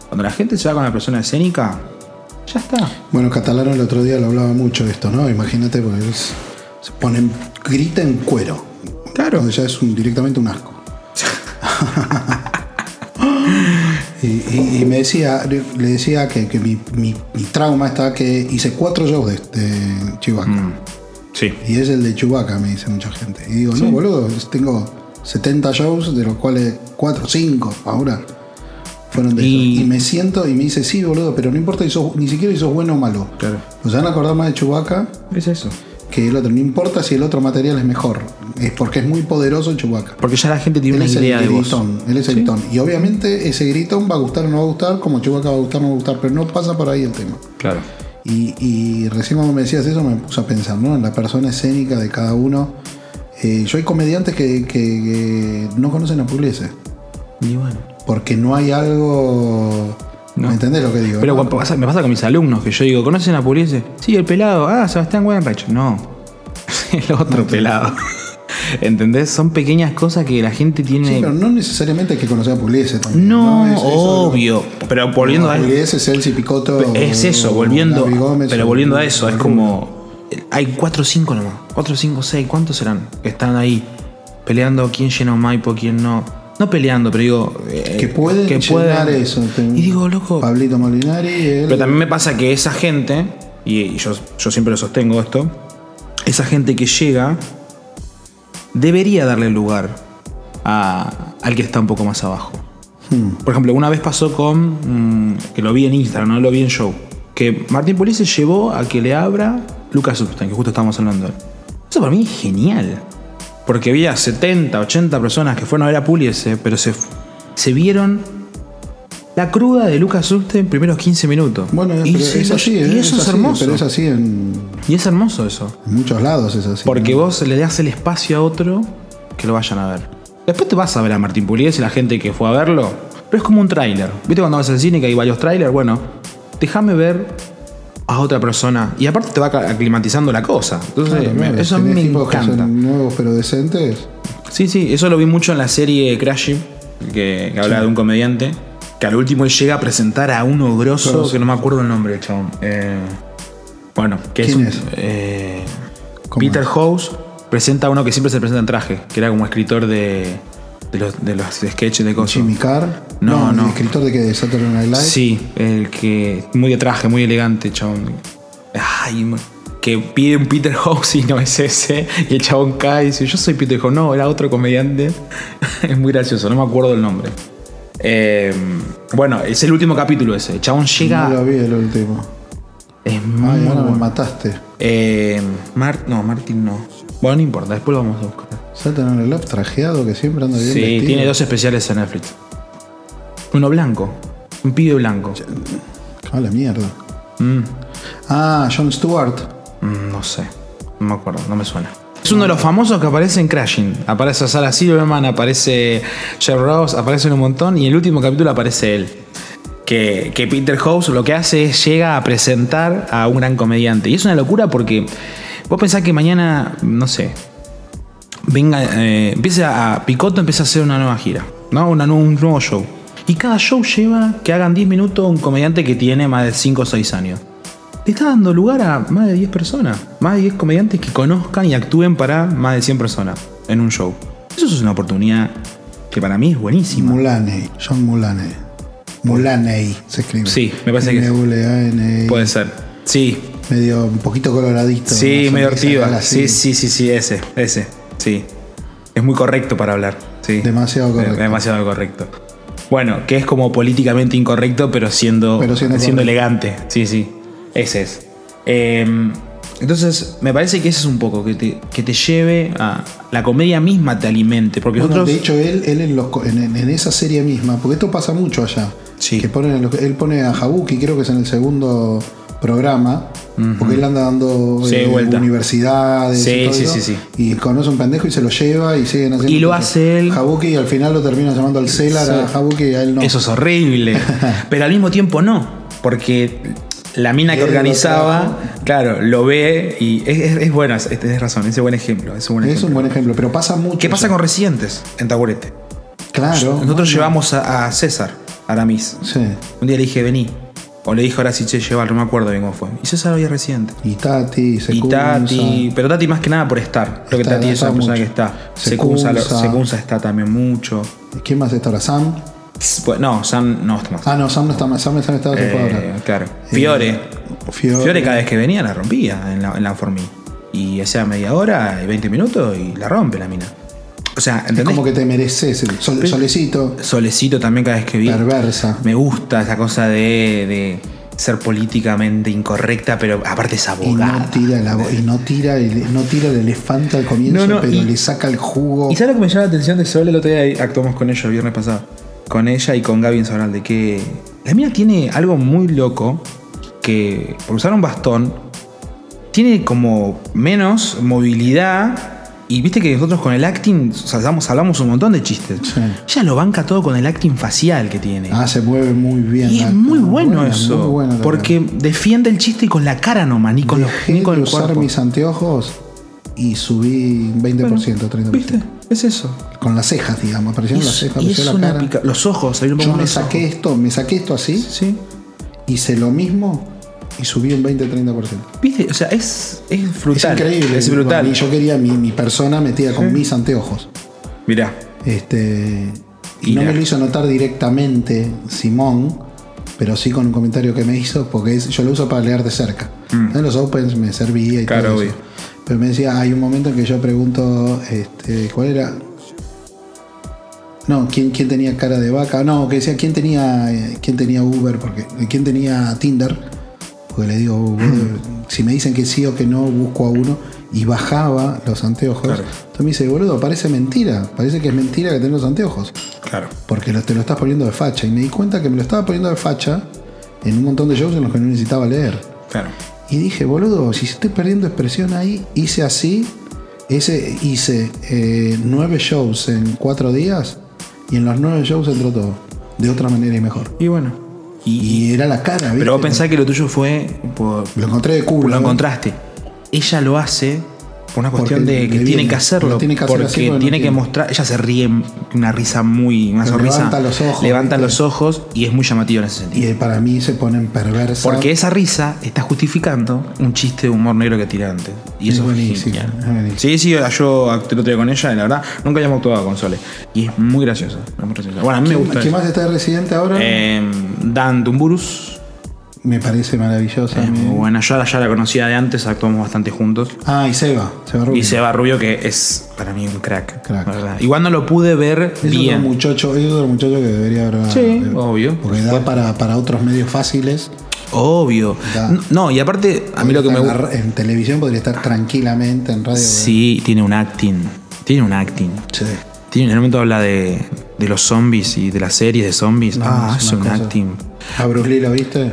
[SPEAKER 2] Cuando la gente se va con la persona escénica, ya está.
[SPEAKER 1] Bueno, Catalano el otro día lo hablaba mucho esto, ¿no? Imagínate, porque es- se ponen, grita en cuero.
[SPEAKER 2] Claro.
[SPEAKER 1] Entonces ya es un- directamente un asco. y, y- y me decía, le le decía que, que mi, mi- mi trauma está que hice cuatro shows de, de Chewbacca.
[SPEAKER 2] Sí.
[SPEAKER 1] Y es el de Chewbacca, me dice mucha gente. Y digo, no, boludo, es- tengo 70 shows, de los cuales 4, 5 ahora fueron de
[SPEAKER 2] Y-
[SPEAKER 1] esos. Y me siento y me dice, sí, boludo, pero no importa si sos- ni siquiera si sos bueno o malo.
[SPEAKER 2] Claro.
[SPEAKER 1] O sea, van a acordar más de Chewbacca
[SPEAKER 2] Es eso.
[SPEAKER 1] que el otro. No importa si el otro material es mejor. Es porque es muy poderoso Chewbacca.
[SPEAKER 2] Porque ya la gente tiene
[SPEAKER 1] Él
[SPEAKER 2] una
[SPEAKER 1] es
[SPEAKER 2] idea de
[SPEAKER 1] el
[SPEAKER 2] vos.
[SPEAKER 1] gritón, él es el gritón. Y obviamente ese gritón va a gustar o no va a gustar, como Chewbacca va a gustar o no va a gustar, pero no pasa por ahí el tema.
[SPEAKER 2] Claro.
[SPEAKER 1] Y, y recién cuando me decías eso me puse a pensar, ¿no? En la persona escénica de cada uno. Eh, yo hay comediantes que, que- que no conocen a Pugliese,
[SPEAKER 2] Y bueno.
[SPEAKER 1] porque no hay algo...
[SPEAKER 2] No.
[SPEAKER 1] ¿Me entendés lo que digo?
[SPEAKER 2] Pero
[SPEAKER 1] no?
[SPEAKER 2] cuando pasa- me pasa con mis alumnos que yo digo, ¿conocen a Pugliese? Sí, el pelado. Ah, Sebastián Wenreich. No. El otro pelado. ¿Entendés? Son pequeñas cosas que la gente tiene.
[SPEAKER 1] Sí, pero no necesariamente hay que conocer a Pugliese también.
[SPEAKER 2] No,
[SPEAKER 1] Eso- eso-
[SPEAKER 2] obvio. Pero volviendo
[SPEAKER 1] No,
[SPEAKER 2] a eso.
[SPEAKER 1] Pugliese, Celsi, Picotto.
[SPEAKER 2] Es eso,
[SPEAKER 1] o
[SPEAKER 2] volviendo.
[SPEAKER 1] Gaby Gómez,
[SPEAKER 2] pero
[SPEAKER 1] o-
[SPEAKER 2] volviendo a eso, es como. Hay 4 o 5 nomás. 4, 5, 6. ¿Cuántos serán? Que están ahí peleando quién llena un Maipo, quién no. No peleando, pero digo. eh,
[SPEAKER 1] Que pueden
[SPEAKER 2] que
[SPEAKER 1] llenar
[SPEAKER 2] pueden.
[SPEAKER 1] eso. te-
[SPEAKER 2] Y digo, loco.
[SPEAKER 1] Pablito Molinari. él-
[SPEAKER 2] Pero también me pasa que esa gente, y, y yo, yo siempre lo sostengo esto, esa gente que llega debería darle lugar a- al que está un poco más abajo. Hmm. Por ejemplo, una vez pasó con, mm, que lo vi en Instagram, no lo vi en show, que Martín Puliese llevó a que le abra Lucas Substan, que justo estábamos hablando. de él. Eso para mí es genial. Porque había 70, 80 personas que fueron a ver a Puliese, pero se, se vieron la cruda de Lucas Substan en primeros 15 minutos.
[SPEAKER 1] Bueno,
[SPEAKER 2] y,
[SPEAKER 1] pero
[SPEAKER 2] se-
[SPEAKER 1] es así. ¿eh?
[SPEAKER 2] y
[SPEAKER 1] es-
[SPEAKER 2] eso es,
[SPEAKER 1] así,
[SPEAKER 2] hermoso.
[SPEAKER 1] Pero es así en
[SPEAKER 2] Y es hermoso eso.
[SPEAKER 1] en muchos lados, es así.
[SPEAKER 2] Porque
[SPEAKER 1] ¿no?
[SPEAKER 2] vos le das el espacio a otro que lo vayan a ver. Después te vas a ver a Martín Puliese y la gente que fue a verlo. Pero es como un tráiler. ¿Viste cuando vas al cine que hay varios trailers? Bueno, déjame ver a otra persona. Y aparte te va aclimatizando la cosa. Entonces,
[SPEAKER 1] Claro,
[SPEAKER 2] me-
[SPEAKER 1] claro,
[SPEAKER 2] eso a mí
[SPEAKER 1] tenés
[SPEAKER 2] me
[SPEAKER 1] tipos que
[SPEAKER 2] encanta.
[SPEAKER 1] son nuevos pero decentes.
[SPEAKER 2] Sí, sí, eso lo vi mucho en la serie Crashy, que, que habla de un comediante. Que al último él llega a presentar a uno grosso,
[SPEAKER 1] Grosso.
[SPEAKER 2] que no me acuerdo el nombre, chabón. Eh, bueno, que es,
[SPEAKER 1] ¿Quién
[SPEAKER 2] un-
[SPEAKER 1] es?
[SPEAKER 2] eh,
[SPEAKER 1] ¿Cómo
[SPEAKER 2] Peter
[SPEAKER 1] es?
[SPEAKER 2] House presenta a uno que siempre se presenta en traje, que era como escritor de, de los, de los sketches de cosas.
[SPEAKER 1] Jimmy Carr.
[SPEAKER 2] No, no.
[SPEAKER 1] El escritor de que de Saturday Night Live.
[SPEAKER 2] Sí, el que. Muy de traje, muy elegante, chabón. Ay, ma- que pide un Peter House y no es ese. Y el chabón cae y dice: Yo soy Peter House. No, era otro comediante. es muy gracioso, no me acuerdo el nombre. Eh, bueno, es el último capítulo ese. El chabón llega.
[SPEAKER 1] No lo vi Ah, el último.
[SPEAKER 2] Es muy.
[SPEAKER 1] Ay, ahora me
[SPEAKER 2] bueno.
[SPEAKER 1] mataste.
[SPEAKER 2] Eh, Mar- no, Martin no. Bueno, no importa, después lo vamos a buscar.
[SPEAKER 1] Saturday Night Live trajeado que siempre anda bien
[SPEAKER 2] Sí,
[SPEAKER 1] vestido.
[SPEAKER 2] tiene dos especiales en Netflix. Uno blanco. Un pibe blanco.
[SPEAKER 1] Ah, la mierda.
[SPEAKER 2] Mm.
[SPEAKER 1] Ah, John Stewart.
[SPEAKER 2] Mm, No sé, no me acuerdo, no me suena. Es uno de los famosos que aparece en Crashing. Aparece Sarah Silverman, aparece Jeff Ross, aparecen un montón y en el último capítulo aparece él. Que, que Peter House lo que hace es llega a presentar a un gran comediante. Y es una locura porque vos pensás que mañana, no sé, venga, eh, empieza a Picotto empieza a hacer una nueva gira, ¿no? Una nu- un nuevo show. Y cada show lleva que hagan 10 minutos un comediante que tiene más de 5 o 6 años. Le está dando lugar a más de 10 personas, más de 10 comediantes que conozcan y actúen para más de 100 personas en un show. Eso es una oportunidad que para mí es buenísima.
[SPEAKER 1] Mulaney. John Mulaney. Mulaney se escribe.
[SPEAKER 2] Sí, me parece que sí.
[SPEAKER 1] M-U-L-A-N-E-Y.
[SPEAKER 2] Puede ser. Sí,
[SPEAKER 1] E Medio un poquito coloradito.
[SPEAKER 2] sí,
[SPEAKER 1] una
[SPEAKER 2] medio
[SPEAKER 1] sonrisa
[SPEAKER 2] ortiva.
[SPEAKER 1] rara,
[SPEAKER 2] Sí, sí, sí, sí, ese, ese. Sí. Es muy correcto para hablar. Sí.
[SPEAKER 1] Demasiado correcto.
[SPEAKER 2] Demasiado correcto. Bueno, que es como políticamente incorrecto, pero siendo,
[SPEAKER 1] Pero siendo
[SPEAKER 2] siendo,
[SPEAKER 1] correcto.
[SPEAKER 2] elegante. Sí, sí. Ese es. Eh, entonces, me parece que ese es un poco, que te, que te lleve a. La comedia misma te alimente. Porque
[SPEAKER 1] Bueno,
[SPEAKER 2] nosotros.
[SPEAKER 1] de hecho, él, él en, los co- en- en- en esa serie misma, porque esto pasa mucho allá.
[SPEAKER 2] Sí.
[SPEAKER 1] Que ponen a los- él pone a Jabuki, creo que es en el segundo programa, porque él anda dando eh,
[SPEAKER 2] Sí, vuelta.
[SPEAKER 1] universidades. y
[SPEAKER 2] Sí,
[SPEAKER 1] todo
[SPEAKER 2] sí,
[SPEAKER 1] eso,
[SPEAKER 2] sí, sí.
[SPEAKER 1] Y conoce un pendejo y se lo lleva y siguen haciendo.
[SPEAKER 2] Y lo
[SPEAKER 1] cosas.
[SPEAKER 2] hace él.
[SPEAKER 1] Jabuki y al final lo termina llamando al Celar a Jabuki y a él no.
[SPEAKER 2] Eso es horrible. Pero al mismo tiempo no, porque la mina que
[SPEAKER 1] Él lo
[SPEAKER 2] organizaba, claro, lo ve y es, es, es bueno, es- tenés razón, es un buen ejemplo. Es un buen
[SPEAKER 1] es
[SPEAKER 2] ejemplo.
[SPEAKER 1] un buen ejemplo, pero pasa mucho.
[SPEAKER 2] ¿Qué pasa
[SPEAKER 1] eso.
[SPEAKER 2] con residentes en Taburete?
[SPEAKER 1] Claro.
[SPEAKER 2] Nosotros llevamos a, a César, Aramis.
[SPEAKER 1] Sí.
[SPEAKER 2] Un día le dije, vení. O le dije, ahora sí, che, llevar, no me acuerdo bien cómo fue. Y César había residente.
[SPEAKER 1] Y Tati,
[SPEAKER 2] Y
[SPEAKER 1] Secunza.
[SPEAKER 2] Tati, pero Tati más que nada por estar. Creo que
[SPEAKER 1] Está,
[SPEAKER 2] Tati es
[SPEAKER 1] está
[SPEAKER 2] una persona
[SPEAKER 1] mucho.
[SPEAKER 2] que está.
[SPEAKER 1] Secunza.
[SPEAKER 2] Secunza, lo- Secunza está también mucho.
[SPEAKER 1] ¿Quién más está ahora? Sam.
[SPEAKER 2] Pues, no, Sam no está más.
[SPEAKER 1] Ah, no, Sam no está más. Sam está en Estados
[SPEAKER 2] Eh,
[SPEAKER 1] Unidos ahora.
[SPEAKER 2] claro. Fiore.
[SPEAKER 1] Fiore.
[SPEAKER 2] Fiore cada vez que venía la rompía en la, en la Formí. Y hacía media hora y 20 minutos y la rompe la mina. O sea, ¿entendés?
[SPEAKER 1] Como que te mereces. el sol- solecito.
[SPEAKER 2] Solecito también cada vez que vi.
[SPEAKER 1] Perversa.
[SPEAKER 2] Me gusta esa cosa de, de ser políticamente incorrecta, pero aparte
[SPEAKER 1] Y
[SPEAKER 2] es
[SPEAKER 1] no
[SPEAKER 2] abogada.
[SPEAKER 1] tira, la, bo- y no tira, el, no tira el elefante al comienzo,
[SPEAKER 2] No, no,
[SPEAKER 1] pero
[SPEAKER 2] y-
[SPEAKER 1] le saca el jugo.
[SPEAKER 2] ¿Y sabes lo que me llama la atención de Sol? El otro día actuamos con ella el viernes pasado. Con ella y con Gaby en Sobral, de que la mina tiene algo muy loco que por usar un bastón tiene como menos movilidad y viste que nosotros con el acting o sea, hablamos, hablamos un montón de chistes.
[SPEAKER 1] Sí.
[SPEAKER 2] Ella lo banca todo con el acting facial que tiene.
[SPEAKER 1] Ah, se mueve muy bien.
[SPEAKER 2] Y es
[SPEAKER 1] la-
[SPEAKER 2] muy bueno
[SPEAKER 1] buena,
[SPEAKER 2] eso.
[SPEAKER 1] muy buena la-
[SPEAKER 2] porque defiende el chiste con la cara nomás, ni con, los,
[SPEAKER 1] Dejé
[SPEAKER 2] ni con
[SPEAKER 1] de
[SPEAKER 2] el
[SPEAKER 1] usar
[SPEAKER 2] cuerpo.
[SPEAKER 1] mis anteojos y subí 20%, 30%.
[SPEAKER 2] ¿Viste? Es eso.
[SPEAKER 1] Con las cejas, digamos. Aparecieron las
[SPEAKER 2] Es-
[SPEAKER 1] cejas,
[SPEAKER 2] y
[SPEAKER 1] apareció
[SPEAKER 2] es
[SPEAKER 1] la
[SPEAKER 2] una
[SPEAKER 1] cara.
[SPEAKER 2] pica- Los ojos, ahí un
[SPEAKER 1] Yo
[SPEAKER 2] poco
[SPEAKER 1] me
[SPEAKER 2] los ojos.
[SPEAKER 1] saqué esto, me saqué esto así,
[SPEAKER 2] Sí.
[SPEAKER 1] hice lo mismo y subí un 20-30%.
[SPEAKER 2] ¿Viste? O sea, es, es
[SPEAKER 1] Es
[SPEAKER 2] frutal.
[SPEAKER 1] increíble.
[SPEAKER 2] Es
[SPEAKER 1] Y
[SPEAKER 2] brutal.
[SPEAKER 1] yo quería mi, mi persona metida con mis anteojos.
[SPEAKER 2] Mirá.
[SPEAKER 1] Este, y no
[SPEAKER 2] Mira.
[SPEAKER 1] me lo hizo notar directamente Simón, pero sí con un comentario que me hizo, porque es- yo lo uso para leer de cerca. En los Opens me servía y
[SPEAKER 2] Mm. Claro,
[SPEAKER 1] todo
[SPEAKER 2] obvio.
[SPEAKER 1] eso. Pero me decía, hay un momento en que yo pregunto, este, ¿cuál era? No, ¿quién, quién tenía cara de vaca? No, que decía, ¿quién tenía, eh, quién tenía Uber? Porque, eh, ¿Quién tenía Tinder? Porque le digo, vos,
[SPEAKER 2] Mm.
[SPEAKER 1] si me dicen que sí o que no, busco a uno. Y bajaba los anteojos.
[SPEAKER 2] Claro.
[SPEAKER 1] Entonces me dice, boludo, parece mentira. Parece que es mentira que tenés los anteojos.
[SPEAKER 2] Claro.
[SPEAKER 1] Porque lo- te lo estás poniendo de facha. Y me di cuenta que me lo estaba poniendo de facha en un montón de shows en los que no necesitaba leer.
[SPEAKER 2] Claro.
[SPEAKER 1] Y dije, boludo, si estoy perdiendo expresión ahí, hice así. Ese, hice eh, nueve shows en cuatro días. Y en los nueve shows entró todo. De otra manera y mejor.
[SPEAKER 2] Y bueno. Y,
[SPEAKER 1] Y era la cara, ¿viste?
[SPEAKER 2] pero vos pensás que lo tuyo fue por,
[SPEAKER 1] Lo encontré de culo.
[SPEAKER 2] lo encontraste. Ella lo hace por una cuestión
[SPEAKER 1] Porque
[SPEAKER 2] de que
[SPEAKER 1] le
[SPEAKER 2] tiene
[SPEAKER 1] viene,
[SPEAKER 2] que hacerlo.
[SPEAKER 1] lo tiene que hacer
[SPEAKER 2] porque
[SPEAKER 1] así porque no
[SPEAKER 2] tiene que
[SPEAKER 1] tiene.
[SPEAKER 2] mostrar. Ella se ríe una risa muy. Una
[SPEAKER 1] Pero
[SPEAKER 2] sonrisa.
[SPEAKER 1] levanta los ojos,
[SPEAKER 2] Levanta
[SPEAKER 1] ¿viste?
[SPEAKER 2] los ojos y es muy llamativo en ese sentido.
[SPEAKER 1] Y eh, para mí se ponen perversas.
[SPEAKER 2] Porque esa risa está justificando un chiste de humor negro que tiré antes. Y
[SPEAKER 1] Es
[SPEAKER 2] eso es
[SPEAKER 1] buenísimo,
[SPEAKER 2] genial.
[SPEAKER 1] es buenísimo.
[SPEAKER 2] Sí, sí, yo actué el otro día con ella y la verdad nunca habíamos actuado con Sole. Y es muy gracioso. es muy gracioso. Bueno, a mí me
[SPEAKER 1] ¿Quién,
[SPEAKER 2] gusta.
[SPEAKER 1] quién
[SPEAKER 2] eso.
[SPEAKER 1] más está de residente ahora?
[SPEAKER 2] Eh, Dan Dumburus.
[SPEAKER 1] Me parece maravillosa.
[SPEAKER 2] es
[SPEAKER 1] me-
[SPEAKER 2] muy buena. Yo la- ya la conocía de antes, actuamos bastante juntos.
[SPEAKER 1] Ah, y Seba. Seba Rubio.
[SPEAKER 2] Y Seba Rubio, que es para mí un crack.
[SPEAKER 1] Crack.
[SPEAKER 2] ¿verdad? Igual no lo pude ver
[SPEAKER 1] Es otro
[SPEAKER 2] bien.
[SPEAKER 1] muchacho, es otro muchacho que debería haber.
[SPEAKER 2] Sí,
[SPEAKER 1] haber-
[SPEAKER 2] obvio.
[SPEAKER 1] Porque da para, para otros medios fáciles.
[SPEAKER 2] Obvio.
[SPEAKER 1] Da.
[SPEAKER 2] No, No, y aparte, a mí lo que me
[SPEAKER 1] Podría
[SPEAKER 2] gusta.
[SPEAKER 1] estar En televisión podría estar tranquilamente, en radio.
[SPEAKER 2] ¿eh? Sí, tiene un acting. Tiene un acting.
[SPEAKER 1] Sí.
[SPEAKER 2] Tiene, en el momento habla de, de los zombies y de las series de zombies.
[SPEAKER 1] No,
[SPEAKER 2] ah,
[SPEAKER 1] es
[SPEAKER 2] es
[SPEAKER 1] una
[SPEAKER 2] un
[SPEAKER 1] cosa.
[SPEAKER 2] acting.
[SPEAKER 1] ¿A Bruce Lee lo viste?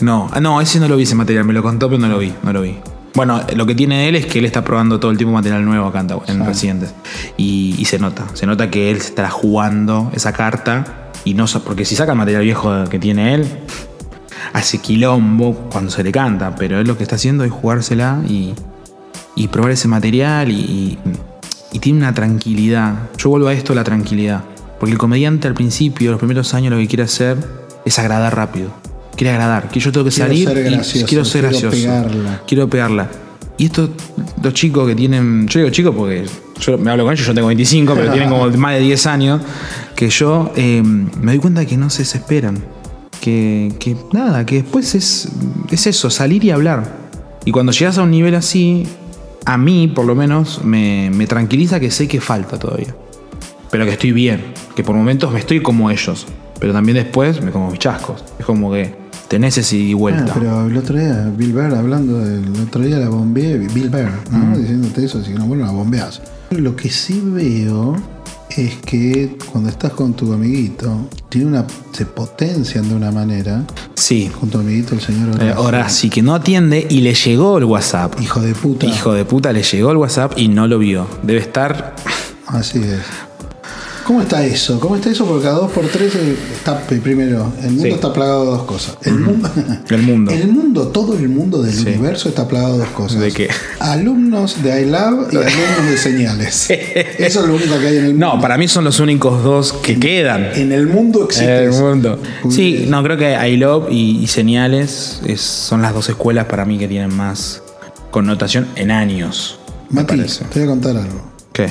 [SPEAKER 2] No, ah, no, ese no lo vi ese material, me lo contó, pero no lo vi, no lo vi. Bueno, lo que tiene él es que él está probando todo el tiempo material nuevo acá en, Tahu- en Residentes. Y, y se nota, se nota que él se está jugando esa carta. Y no sa- porque si saca el material viejo que tiene él, hace quilombo cuando se le canta. Pero él lo que está haciendo es jugársela y, y probar ese material y, y- y tiene una tranquilidad. Yo vuelvo a esto, la tranquilidad. Porque el comediante al principio, los primeros años, lo que quiere hacer es agradar rápido. Quiere agradar, que yo tengo que
[SPEAKER 1] Quiero
[SPEAKER 2] salir
[SPEAKER 1] ser
[SPEAKER 2] y
[SPEAKER 1] gracioso,
[SPEAKER 2] quiero ser
[SPEAKER 1] quiero
[SPEAKER 2] gracioso.
[SPEAKER 1] pegarla.
[SPEAKER 2] Quiero pegarla. Y estos dos chicos que tienen, yo digo chicos porque yo me hablo con ellos, yo tengo 25, pero tienen como más de 10 años, que yo eh, me doy cuenta que no se desesperan. Que, que nada, que después es, es eso, salir y hablar. Y cuando llegas a un nivel así, a mí por lo menos me, me tranquiliza que sé que falta todavía. Pero que estoy bien, que por momentos me estoy como ellos, pero también después me como mis chascos. Es como que tenés ese ida y
[SPEAKER 1] Ah,
[SPEAKER 2] vuelta.
[SPEAKER 1] pero el otro día, Bill Burr hablando del el otro día la bombeé, Bill Burr,
[SPEAKER 2] Mm.
[SPEAKER 1] ¿no? Diciéndote eso, si no, bueno, la bombeás. Lo que sí veo es que cuando estás con tu amiguito, tiene una, se potencian de una manera,
[SPEAKER 2] Sí,
[SPEAKER 1] con tu amiguito el señor
[SPEAKER 2] Eh,
[SPEAKER 1] Horacio.
[SPEAKER 2] Ahora sí que no atiende y le llegó el WhatsApp.
[SPEAKER 1] Hijo de puta.
[SPEAKER 2] Hijo de puta, le llegó el WhatsApp y no lo vio. Debe estar.
[SPEAKER 1] Así es. ¿Cómo está eso? ¿Cómo está eso? Porque cada dos por tres eh, está p- primero. El mundo
[SPEAKER 2] Sí.
[SPEAKER 1] está plagado de dos cosas. El mundo,
[SPEAKER 2] El mundo.
[SPEAKER 1] el mundo, todo el mundo del universo está plagado de dos cosas.
[SPEAKER 2] ¿De qué?
[SPEAKER 1] Alumnos de iLab y alumnos de señales. Eso es lo único que hay en el mundo.
[SPEAKER 2] No, para mí son los únicos dos que quedan.
[SPEAKER 1] En el mundo existe.
[SPEAKER 2] El
[SPEAKER 1] eso.
[SPEAKER 2] mundo. Sí, no, creo que I Love y, y Señales es- son las dos escuelas para mí que tienen más connotación en años. me
[SPEAKER 1] Mati,
[SPEAKER 2] parece.
[SPEAKER 1] te voy a contar algo.
[SPEAKER 2] ¿Qué?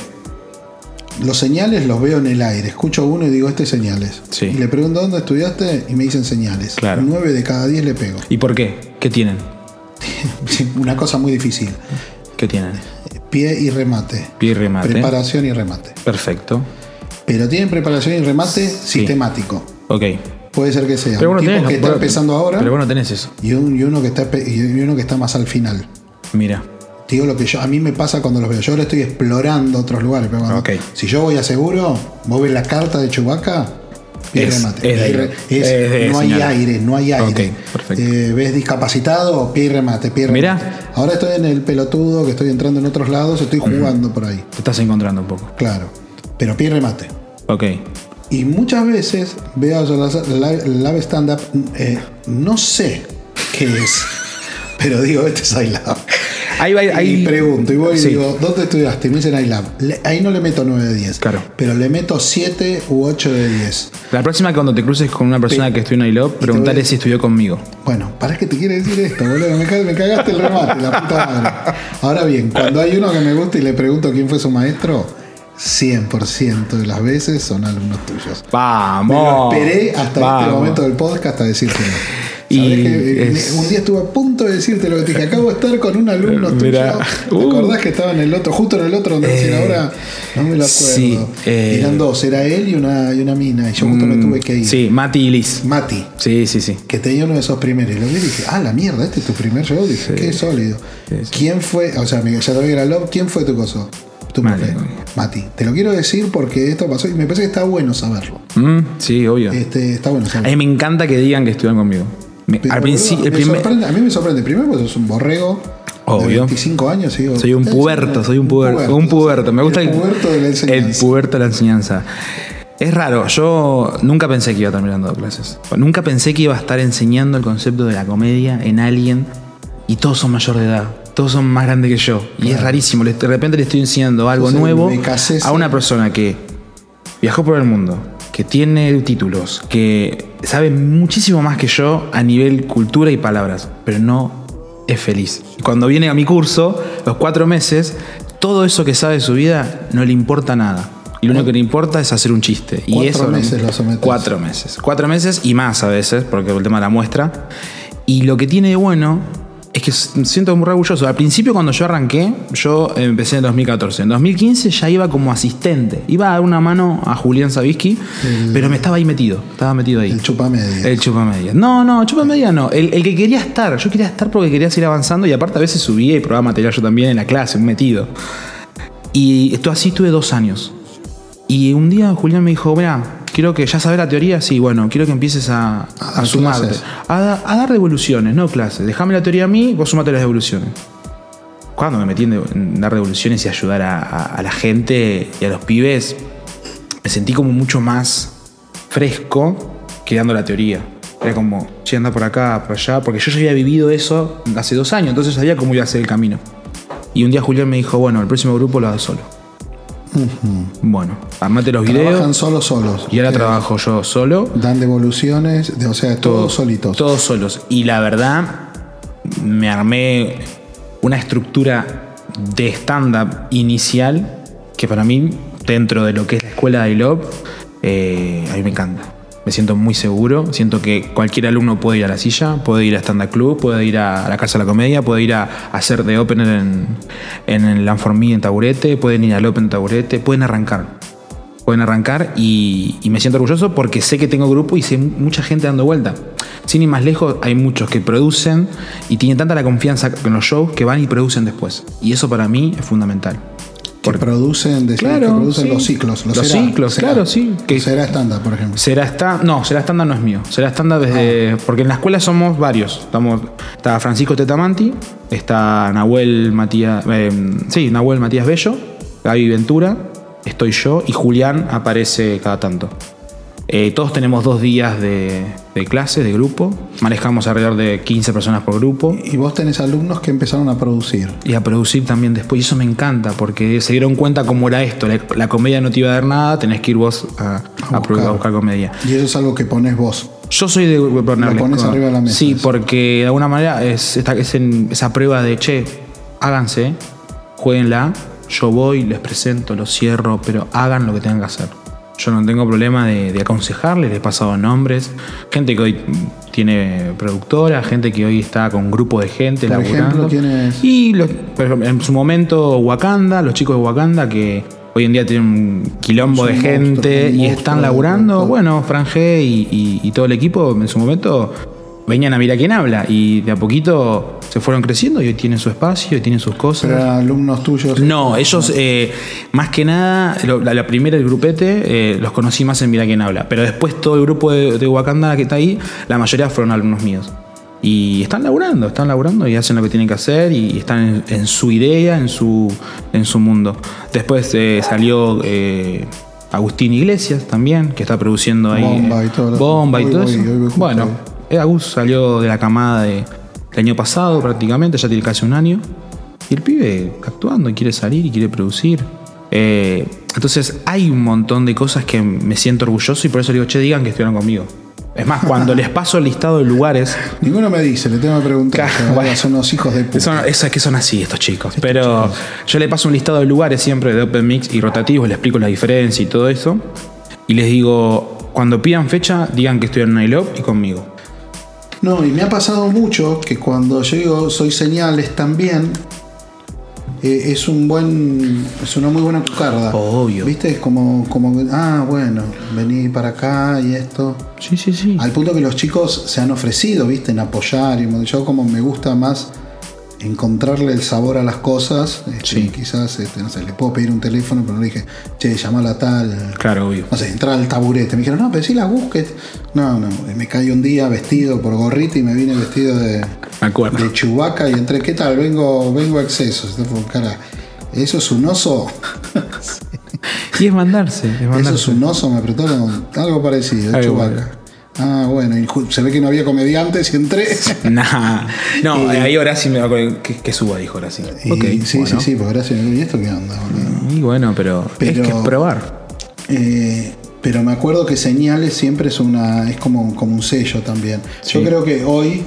[SPEAKER 1] Los señales los veo en el aire. Escucho uno y digo, este es señales.
[SPEAKER 2] Sí.
[SPEAKER 1] Y le pregunto dónde estudiaste y me dicen señales.
[SPEAKER 2] Claro.
[SPEAKER 1] Nueve de cada diez le pego.
[SPEAKER 2] ¿Y por qué? ¿Qué tienen?
[SPEAKER 1] Una cosa muy difícil.
[SPEAKER 2] ¿Qué tienen?
[SPEAKER 1] Pie y remate.
[SPEAKER 2] Pie y remate.
[SPEAKER 1] Preparación y remate.
[SPEAKER 2] Perfecto.
[SPEAKER 1] Pero tienen preparación y remate sistemático.
[SPEAKER 2] Ok.
[SPEAKER 1] Puede ser que sea
[SPEAKER 2] Pero
[SPEAKER 1] un
[SPEAKER 2] bueno,
[SPEAKER 1] tipo
[SPEAKER 2] tenés.
[SPEAKER 1] que está
[SPEAKER 2] vos-
[SPEAKER 1] empezando ahora
[SPEAKER 2] Pero bueno, tenés eso.
[SPEAKER 1] y, un- y uno que está, pe- y uno que está más al final.
[SPEAKER 2] Mira.
[SPEAKER 1] Te Digo lo que yo, a mí me pasa cuando los veo. Yo ahora estoy explorando otros lugares. Pero cuando-
[SPEAKER 2] Ok.
[SPEAKER 1] Si yo voy a seguro, vos ves la carta de Chubaca y
[SPEAKER 2] Es-
[SPEAKER 1] remate.
[SPEAKER 2] es
[SPEAKER 1] Y
[SPEAKER 2] de ahí.
[SPEAKER 1] re-
[SPEAKER 2] Es de
[SPEAKER 1] no hay
[SPEAKER 2] señal.
[SPEAKER 1] aire, no hay aire.
[SPEAKER 2] Ok, perfecto.
[SPEAKER 1] Eh, ¿Ves discapacitado? Pie y remate, pie y remate.
[SPEAKER 2] Mirá.
[SPEAKER 1] Ahora estoy en el pelotudo, que estoy entrando en otros lados, estoy jugando por ahí.
[SPEAKER 2] Te estás encontrando un poco.
[SPEAKER 1] Claro. Pero pie y remate.
[SPEAKER 2] Ok.
[SPEAKER 1] Y muchas veces veo a las- la Live Stand Up, eh, no sé qué es, pero digo, este es I Love.
[SPEAKER 2] Ahí va, ahí-
[SPEAKER 1] Y pregunto, y voy y
[SPEAKER 2] Sí.
[SPEAKER 1] digo, ¿dónde estudiaste? Y me dicen ILAB. Le- Ahí no le meto 9 de 10.
[SPEAKER 2] Claro.
[SPEAKER 1] Pero le meto 7 u 8 de 10.
[SPEAKER 2] La próxima cuando te cruces con una persona
[SPEAKER 1] Sí.
[SPEAKER 2] que estudió en ILOP, preguntale si estudió conmigo.
[SPEAKER 1] Bueno, ¿para qué te quiere decir esto, boludo? Me, ca- me cagaste el remate, la puta madre. Ahora bien, cuando hay uno que me gusta y le pregunto quién fue su maestro, 100% de las veces son alumnos tuyos. Me lo
[SPEAKER 2] Vamos.
[SPEAKER 1] esperé hasta este
[SPEAKER 2] Vamos.
[SPEAKER 1] momento del podcast a decírtelo.
[SPEAKER 2] Y
[SPEAKER 1] Sabés que, eh,
[SPEAKER 2] es- Eh,
[SPEAKER 1] Un día estuve a punto de decírtelo, que te dije, acabo de estar con un alumno
[SPEAKER 2] Mirá.
[SPEAKER 1] tuyo. ¿Te
[SPEAKER 2] Uh.
[SPEAKER 1] acordás que estaba en el otro, justo en el otro donde decir
[SPEAKER 2] Eh,
[SPEAKER 1] ahora? No me lo acuerdo.
[SPEAKER 2] sí, eh. Mm,
[SPEAKER 1] Eran dos, era él y una, y una mina, y yo justo me tuve que ir.
[SPEAKER 2] Sí, Mati y Liz.
[SPEAKER 1] Mati
[SPEAKER 2] Sí, sí, sí.
[SPEAKER 1] que tenía uno de esos primeros. Y lo vi y dije, ah, la mierda, este es tu primer show. Dije, qué sólido.
[SPEAKER 2] Sí, sí.
[SPEAKER 1] ¿Quién fue? O sea, Miguel, ya sabía que era Love. ¿Quién fue tu coso? Tu
[SPEAKER 2] Mati,
[SPEAKER 1] mujer.
[SPEAKER 2] obvio.
[SPEAKER 1] Mati. Te lo quiero decir porque esto pasó y me parece que está bueno saberlo.
[SPEAKER 2] Mm, sí, obvio.
[SPEAKER 1] Este, está bueno
[SPEAKER 2] A
[SPEAKER 1] saberlo.
[SPEAKER 2] mí me encanta que digan que estudian conmigo. Me-
[SPEAKER 1] Pero,
[SPEAKER 2] al
[SPEAKER 1] boludo,
[SPEAKER 2] principio, el
[SPEAKER 1] me
[SPEAKER 2] primer-
[SPEAKER 1] sorprende- a mí me sorprende. Primero, pues sos un borrego. De
[SPEAKER 2] Obvio.
[SPEAKER 1] 25 años. y digo,
[SPEAKER 2] Soy un
[SPEAKER 1] "Ustedes
[SPEAKER 2] puberto,
[SPEAKER 1] son
[SPEAKER 2] soy un puberto. Un puberto. Me gusta
[SPEAKER 1] el puberto de la enseñanza.
[SPEAKER 2] El puberto de la enseñanza. Es raro, yo nunca pensé que iba a terminar dando clases. Nunca pensé que iba a estar enseñando el concepto de la comedia en alguien y todos son mayor de edad. Todos son más grandes que yo. Y es rarísimo. le- De repente le estoy enseñando algo
[SPEAKER 1] Entonces,
[SPEAKER 2] nuevo
[SPEAKER 1] me casé, sí.
[SPEAKER 2] a una persona que viajó por el mundo, que tiene títulos, que sabe muchísimo más que yo a nivel cultura y palabras, pero no es feliz. Y Cuando viene a mi curso, los cuatro meses, todo eso que sabe de su vida no le importa nada. Y lo único que le importa es hacer un chiste. Y
[SPEAKER 1] Cuatro
[SPEAKER 2] eso
[SPEAKER 1] meses lo sometes.
[SPEAKER 2] Cuatro meses. Cuatro meses y más a veces, porque el tema de la muestra. Y lo que tiene de bueno es que s- siento muy orgulloso. Al principio, cuando yo arranqué, yo empecé en 2014. En 2015 ya iba como asistente. Iba a dar una mano a Julián Sabisky, pero me estaba ahí metido. Estaba metido ahí.
[SPEAKER 1] El chupamedia.
[SPEAKER 2] El chupamedias. No, no, chupamedias no. El, el que quería estar. Yo quería estar porque quería seguir avanzando y aparte a veces subía y probaba material yo también en la clase, un metido. Y esto así estuve dos años. Y un día Julián me dijo, mira, quiero que ya sabes la teoría, sí, bueno, quiero que empieces a,
[SPEAKER 1] A
[SPEAKER 2] a
[SPEAKER 1] dar
[SPEAKER 2] sumarte.
[SPEAKER 1] clases.
[SPEAKER 2] A, da- a dar devoluciones, no clases. Déjame la teoría a mí, vos sumate las devoluciones. Cuando me metí en, en dar devoluciones y ayudar a, a- a la gente y a los pibes, me sentí como mucho más fresco que dando la teoría. Era como, che, anda por acá, por allá, porque yo ya había vivido eso hace dos años, entonces sabía cómo iba a ser el camino. Y un día Julián me dijo, bueno, el próximo grupo lo hago solo. Bueno, armate los
[SPEAKER 1] Trabajan
[SPEAKER 2] videos
[SPEAKER 1] solos, solos.
[SPEAKER 2] y ahora
[SPEAKER 1] Ustedes
[SPEAKER 2] trabajo yo solo.
[SPEAKER 1] Dan devoluciones, de- o sea, todos solitos.
[SPEAKER 2] Todos solos. Y la verdad, me armé una estructura de stand-up inicial que para mí, dentro de lo que es la escuela de ILOP, eh, a mí me encanta. Me siento muy seguro. Siento que cualquier alumno puede ir a la silla, puede ir a stand-up club, puede ir a la casa de la comedia, puede ir a hacer de opener en, en el Anformí en taburete, pueden ir al open en taburete, pueden arrancar pueden arrancar y, y me siento orgulloso porque sé que tengo grupo y sé mu- mucha gente dando vuelta. Sin ir más lejos, hay muchos que producen y tienen tanta la confianza en los shows que van y producen después. Y eso para mí es fundamental.
[SPEAKER 1] Que
[SPEAKER 2] Porque
[SPEAKER 1] producen, decir,
[SPEAKER 2] Claro,
[SPEAKER 1] que producen
[SPEAKER 2] sí.
[SPEAKER 1] los ciclos.
[SPEAKER 2] Los
[SPEAKER 1] será,
[SPEAKER 2] ciclos,
[SPEAKER 1] será.
[SPEAKER 2] claro, sí. Que-
[SPEAKER 1] será estándar, por ejemplo.
[SPEAKER 2] será estándar, no, será estándar no es mío. Será estándar desde. Porque en la escuela somos varios. Estamos, está Francisco Tetamanti, está Nahuel Matías. eh, sí, Nahuel Matías Bello, Gaby Ventura, estoy yo y Julián aparece cada tanto. Eh, todos tenemos dos días de, de clase, de grupo. Manejamos alrededor de 15 personas por grupo.
[SPEAKER 1] Y vos tenés alumnos que empezaron a producir.
[SPEAKER 2] Y a producir también después. Y eso me encanta, porque se dieron cuenta cómo era esto. La, la comedia no te iba a dar nada, tenés que ir vos a, a pro- a buscar comedia.
[SPEAKER 1] Y eso es algo que pones vos.
[SPEAKER 2] Yo soy de ponerle
[SPEAKER 1] Lo pones
[SPEAKER 2] con-
[SPEAKER 1] arriba de la mesa,
[SPEAKER 2] Sí,
[SPEAKER 1] eso.
[SPEAKER 2] porque de alguna manera es, esta- es en- esa prueba de che, háganse, jueguenla, yo voy, les presento, los cierro, pero hagan lo que tengan que hacer. Yo no tengo problema de, de aconsejarles, les he pasado nombres, gente que hoy tiene productora, gente que hoy está con grupo de gente
[SPEAKER 1] Por ejemplo,
[SPEAKER 2] laburando.
[SPEAKER 1] ¿quién es?
[SPEAKER 2] Y los- por ejemplo, en su momento Wakanda, los chicos de Wakanda que hoy en día tienen un quilombo
[SPEAKER 1] Es
[SPEAKER 2] de
[SPEAKER 1] un monstruo,
[SPEAKER 2] gente
[SPEAKER 1] un
[SPEAKER 2] y
[SPEAKER 1] monstruo
[SPEAKER 2] están
[SPEAKER 1] de
[SPEAKER 2] laburando,
[SPEAKER 1] producto.
[SPEAKER 2] bueno, Franje y, y- y todo el equipo en su momento venían a mirar quién habla y de a poquito se fueron creciendo y hoy tienen su espacio y tienen sus cosas.
[SPEAKER 1] Pero eran alumnos tuyos.
[SPEAKER 2] No, ellos, eh, más que nada, lo- la, la primera, el grupete, eh, los conocí más en Mira Quién Habla. Pero después todo el grupo de, de Wakanda que está ahí, la mayoría fueron alumnos míos. Y están laburando, están laburando y hacen lo que tienen que hacer y están en, en su idea, en su, en su mundo. Después eh, salió eh, Agustín Iglesias también, que está produciendo ahí.
[SPEAKER 1] Bomba
[SPEAKER 2] eh,
[SPEAKER 1] y todo lo-
[SPEAKER 2] Bomba y
[SPEAKER 1] hoy
[SPEAKER 2] todo
[SPEAKER 1] voy,
[SPEAKER 2] eso.
[SPEAKER 1] hoy voy justo
[SPEAKER 2] bueno,
[SPEAKER 1] ahí.
[SPEAKER 2] eh, Agus salió de la camada de- del año pasado prácticamente, ya tiene casi un año. Si el pibe actuando y quiere salir y quiere producir. Eh, entonces hay un montón de cosas que me siento orgulloso y por eso le digo, che, digan que estuvieron conmigo. Es más, cuando les paso el listado de lugares,
[SPEAKER 1] Ninguno me dice, le tengo que preguntar.
[SPEAKER 2] Claro,
[SPEAKER 1] que ahora
[SPEAKER 2] bueno.
[SPEAKER 1] Son unos hijos de puta.
[SPEAKER 2] Son- es que son así estos chicos. Pero yo le paso un listado de lugares siempre de Open Mix y rotativos, le explico la diferencia y todo eso. Y les digo, cuando pidan fecha, digan que estuvieron en ILOP y conmigo.
[SPEAKER 1] No, y me ha pasado mucho que cuando yo digo soy señales también, eh, es un buen. es una muy buena cucarda.
[SPEAKER 2] Obvio.
[SPEAKER 1] ¿Viste? Como, como. que, Ah, bueno, vení para acá y esto.
[SPEAKER 2] Sí, sí, sí.
[SPEAKER 1] Al punto que los chicos se han ofrecido, ¿viste? En apoyar y yo como me gusta más encontrarle el sabor a las cosas. este,
[SPEAKER 2] Sí.
[SPEAKER 1] Quizás, este, no sé, le puedo pedir un teléfono, pero no le dije, che, llamala a tal.
[SPEAKER 2] Claro, obvio.
[SPEAKER 1] No sé, entrar al taburete. Me dijeron, no, pero si la busques. No, no. Me caí un día vestido por gorrita y me vine vestido de,
[SPEAKER 2] Me acuerdo.
[SPEAKER 1] de chubaca y entré, ¿qué tal? Vengo, vengo a exceso. Se te fue, cara. Eso es un oso.
[SPEAKER 2] Y es mandarse, es
[SPEAKER 1] Eso
[SPEAKER 2] mandarse.
[SPEAKER 1] es un oso, me apretó con algo parecido,
[SPEAKER 2] Algo
[SPEAKER 1] Chubaca. Ah, bueno, y ju- se ve que no había comediantes y entré.
[SPEAKER 2] Nah. No, ahí Horacio me va que, que suba, dijo Horacio.
[SPEAKER 1] Y,
[SPEAKER 2] Ok,
[SPEAKER 1] sí,
[SPEAKER 2] bueno.
[SPEAKER 1] sí, sí, pues gracias. ¿Y esto qué onda, boludo?
[SPEAKER 2] Y bueno, pero, es
[SPEAKER 1] Pero-
[SPEAKER 2] que es probar.
[SPEAKER 1] Eh, pero me acuerdo que señales siempre es una. es como, como un sello también.
[SPEAKER 2] Sí.
[SPEAKER 1] Yo creo que hoy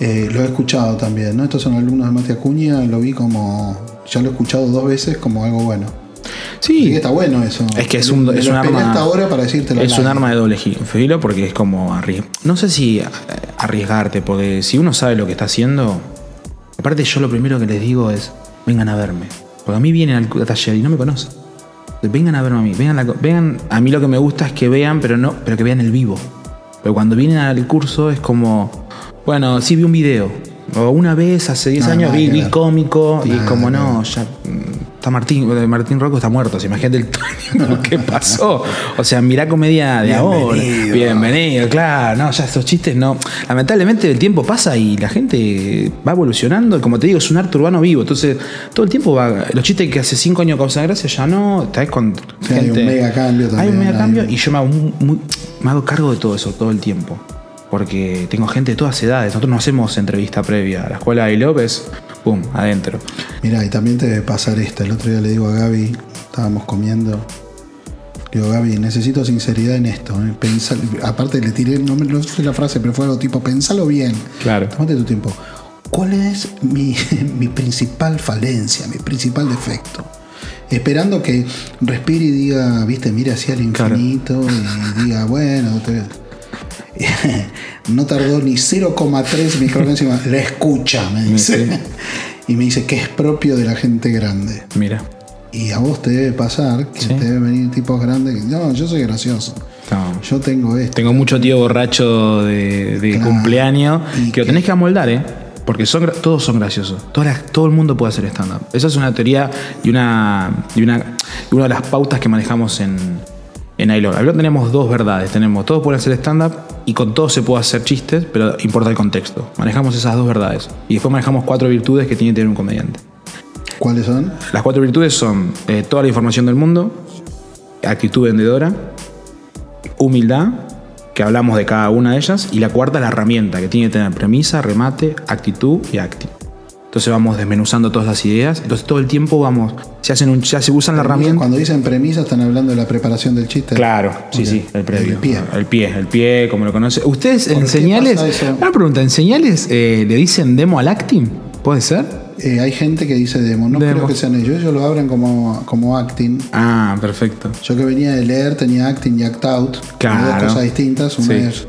[SPEAKER 1] eh, lo he escuchado también, ¿no? Estos son alumnos de Mate Acuña, lo vi como. Ya lo he escuchado dos veces como algo bueno. Y
[SPEAKER 2] Sí,
[SPEAKER 1] está bueno eso.
[SPEAKER 2] Es que es un-
[SPEAKER 1] Me
[SPEAKER 2] es
[SPEAKER 1] lo
[SPEAKER 2] un
[SPEAKER 1] esperé
[SPEAKER 2] arma-
[SPEAKER 1] hasta ahora para decirte la
[SPEAKER 2] Es un
[SPEAKER 1] verdad.
[SPEAKER 2] arma de doble gi- filo porque es como arries- No sé si eh, arriesgarte, porque si uno sabe lo que está haciendo. Aparte, yo lo primero que les digo es: vengan a verme. Porque a mí vienen al cu- taller y no me conocen. Vengan a verme a mí. Vengan, a la co- vengan- a mí lo que me gusta es que vean, pero no, pero que vean el vivo. Pero cuando vienen al curso es como: bueno, sí vi un video. O una vez hace 10
[SPEAKER 1] No,
[SPEAKER 2] años
[SPEAKER 1] nada
[SPEAKER 2] vi,
[SPEAKER 1] que
[SPEAKER 2] vi
[SPEAKER 1] ver.
[SPEAKER 2] cómico y es
[SPEAKER 1] Nada
[SPEAKER 2] como
[SPEAKER 1] que
[SPEAKER 2] no, ya mm, está Martín, eh, Martín Rocco está muerto, se imagínate el timing, qué pasó. O sea, mirá comedia de ahora.
[SPEAKER 1] Bienvenido.
[SPEAKER 2] Bienvenido, claro, no, ya estos chistes no. Lamentablemente el tiempo pasa y la gente va evolucionando, como te digo, es un arte urbano vivo, entonces todo el tiempo va los chistes que hace cinco años causan gracia ya no, estás con
[SPEAKER 1] Sí, hay un mega cambio
[SPEAKER 2] Hay un
[SPEAKER 1] también,
[SPEAKER 2] mega cambio
[SPEAKER 1] hay-
[SPEAKER 2] y yo me hago, muy- muy- me hago cargo de todo eso todo el tiempo. Porque tengo gente de todas edades. Nosotros no hacemos entrevista previa. La escuela de López, pum, adentro.
[SPEAKER 1] Mirá, y también te debe pasar esta. El otro día le digo a Gaby, estábamos comiendo. Le digo, Gaby, necesito sinceridad en esto. ¿eh? Pensá- aparte le tiré, no, me- no sé la frase, pero fue algo tipo, pensalo bien.
[SPEAKER 2] Claro.
[SPEAKER 1] Tómate tu tiempo. ¿Cuál es mi, mi principal falencia, mi principal defecto? Esperando que respire y diga, viste, mira hacia el
[SPEAKER 2] Claro.
[SPEAKER 1] infinito y diga, bueno, te- no tardó ni 0,3 microsegundos encima. La escucha, me
[SPEAKER 2] Sí.
[SPEAKER 1] dice. Y me dice que es propio de la gente grande.
[SPEAKER 2] Mira.
[SPEAKER 1] Y a vos te debe pasar que
[SPEAKER 2] Sí.
[SPEAKER 1] te deben venir tipos grandes que no, yo soy gracioso.
[SPEAKER 2] No.
[SPEAKER 1] Yo tengo este". esto.
[SPEAKER 2] Tengo mucho tío borracho de, de
[SPEAKER 1] Claro.
[SPEAKER 2] cumpleaños
[SPEAKER 1] Y
[SPEAKER 2] que lo
[SPEAKER 1] que-
[SPEAKER 2] tenés que amoldar, ¿eh? Porque son, gra- todos son graciosos. Todas las- todo el mundo puede hacer stand-up. Esa es una teoría y una, y una, y una de las pautas que manejamos en, en ILOL. Ahí lo tenemos dos verdades. Tenemos todos pueden hacer stand-up y con todos se puede hacer chistes, pero importa el contexto. Manejamos esas dos verdades. Y después manejamos cuatro virtudes que tiene que tener un comediante.
[SPEAKER 1] ¿Cuáles son?
[SPEAKER 2] Las cuatro virtudes son eh, toda la información del mundo, actitud vendedora, humildad, que hablamos de cada una de ellas, y la cuarta, la herramienta, que tiene que tener premisa, remate, actitud y acti. Entonces vamos desmenuzando todas las ideas, entonces todo el tiempo vamos, se, hacen un, se usan la herramienta.
[SPEAKER 1] Cuando dicen premisa están hablando de la preparación del chiste.
[SPEAKER 2] Claro, sí,
[SPEAKER 1] Ok.
[SPEAKER 2] sí, el previo.
[SPEAKER 1] El pie.
[SPEAKER 2] El pie, el pie, como lo conoce. ¿Ustedes en
[SPEAKER 1] qué
[SPEAKER 2] señales?
[SPEAKER 1] pasa eso?
[SPEAKER 2] Una pregunta, ¿en señales eh, le dicen demo al acting? ¿Puede ser?
[SPEAKER 1] Eh, hay gente que dice demo, no
[SPEAKER 2] Demo.
[SPEAKER 1] creo que sean ellos, ellos lo abren como, como acting.
[SPEAKER 2] Ah, perfecto.
[SPEAKER 1] Yo que venía de leer tenía acting y act out,
[SPEAKER 2] Claro.
[SPEAKER 1] como dos cosas distintas. Una
[SPEAKER 2] Sí.
[SPEAKER 1] es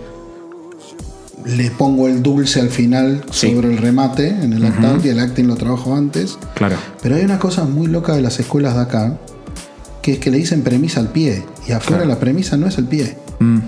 [SPEAKER 1] le pongo el dulce al final
[SPEAKER 2] Sí.
[SPEAKER 1] sobre el remate en el act out y el acting lo trabajo antes.
[SPEAKER 2] Claro.
[SPEAKER 1] Pero hay una cosa muy loca de las escuelas de acá, que es que le dicen premisa al pie y afuera la premisa no es el pie.
[SPEAKER 2] Mm.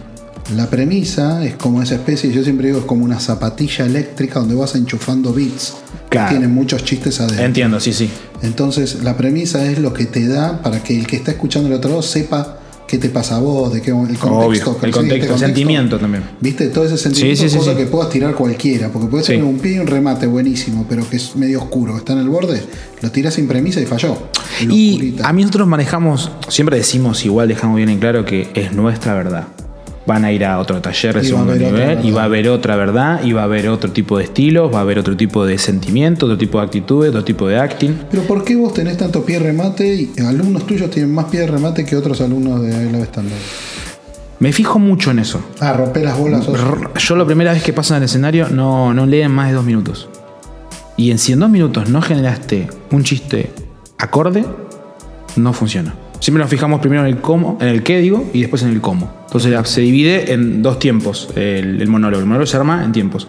[SPEAKER 1] La premisa es como esa especie, yo siempre digo, es como una zapatilla eléctrica donde vas enchufando bits.
[SPEAKER 2] Claro.
[SPEAKER 1] Que tienen muchos chistes adentro.
[SPEAKER 2] Entiendo, sí, sí.
[SPEAKER 1] Entonces, la premisa es lo que te da para que el que está escuchando el otro lado sepa qué te pasa a vos, de qué el contexto.
[SPEAKER 2] Obvio, el
[SPEAKER 1] el siguiente
[SPEAKER 2] contexto, el sentimiento también.
[SPEAKER 1] ¿Viste? Todo ese sentimiento
[SPEAKER 2] Sí, sí, sí,
[SPEAKER 1] cosa
[SPEAKER 2] sí.
[SPEAKER 1] que puedas tirar cualquiera, porque puedes
[SPEAKER 2] Sí.
[SPEAKER 1] tener un pie y un remate buenísimo, pero que es medio oscuro, está en el borde, lo tiras sin premisa y falló. Lo
[SPEAKER 2] Y
[SPEAKER 1] oscurita.
[SPEAKER 2] a mí nosotros manejamos, siempre decimos, igual dejamos bien en claro que es nuestra verdad. van a ir a otro
[SPEAKER 1] Y va
[SPEAKER 2] taller de
[SPEAKER 1] a
[SPEAKER 2] segundo
[SPEAKER 1] haber otra
[SPEAKER 2] nivel
[SPEAKER 1] verdad.
[SPEAKER 2] y va a haber otra verdad y va a haber otro tipo de estilos, va a haber otro tipo de sentimientos, otro tipo de actitudes, otro tipo de acting.
[SPEAKER 1] Pero ¿por qué vos tenés tanto pie de remate y alumnos tuyos tienen más pie de remate que otros alumnos de la Standard?
[SPEAKER 2] Me fijo mucho en eso.
[SPEAKER 1] Ah, romper las bolas. sos-
[SPEAKER 2] Rrr, Yo la primera vez que pasan al escenario no, no leen más de dos minutos. Y en si en dos minutos no generaste un chiste acorde, no funciona. Siempre nos fijamos primero en el cómo, en el qué digo, y después en el cómo. Entonces la- se divide en dos tiempos el, el monólogo. El monólogo se arma en tiempos.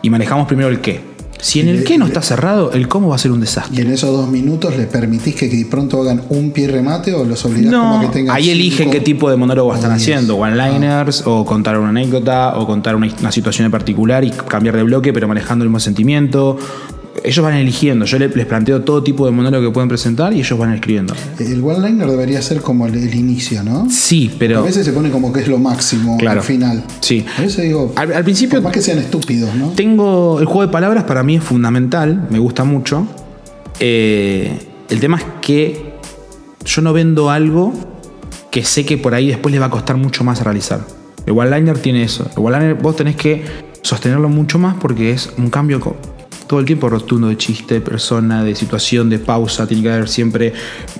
[SPEAKER 2] Y manejamos primero el qué. Si en el qué no está cerrado, el cómo va a ser un desastre.
[SPEAKER 1] Y en esos dos minutos les permitís que de pronto hagan un pie de remate o los obligás como
[SPEAKER 2] No,
[SPEAKER 1] a que tengan.
[SPEAKER 2] ahí eligen
[SPEAKER 1] cinco? Ah.
[SPEAKER 2] qué tipo de monólogo
[SPEAKER 1] o
[SPEAKER 2] están
[SPEAKER 1] diez.
[SPEAKER 2] haciendo, one-liners, o contar una anécdota, o contar una, una situación en particular y cambiar de bloque, pero manejando el mismo sentimiento. Ellos van eligiendo, yo le- les, planteo todo tipo de monólogo que pueden presentar y ellos van escribiendo.
[SPEAKER 1] El one-liner debería ser como el, el inicio, ¿no?
[SPEAKER 2] Sí, pero
[SPEAKER 1] A veces se pone como que es lo máximo
[SPEAKER 2] Claro.
[SPEAKER 1] al final.
[SPEAKER 2] Sí.
[SPEAKER 1] A veces digo,
[SPEAKER 2] al, al principio
[SPEAKER 1] por más que sean estúpidos, ¿no?
[SPEAKER 2] tengo el juego de palabras para mí es fundamental, me gusta mucho. Eh, el tema es que yo no vendo algo que sé que por ahí después le va a costar mucho más realizar. El one-liner tiene eso. El one-liner vos tenés que sostenerlo mucho más porque es un cambio co- todo el tiempo rotundo de chiste, de persona, de situación, de pausa. Tiene que haber siempre.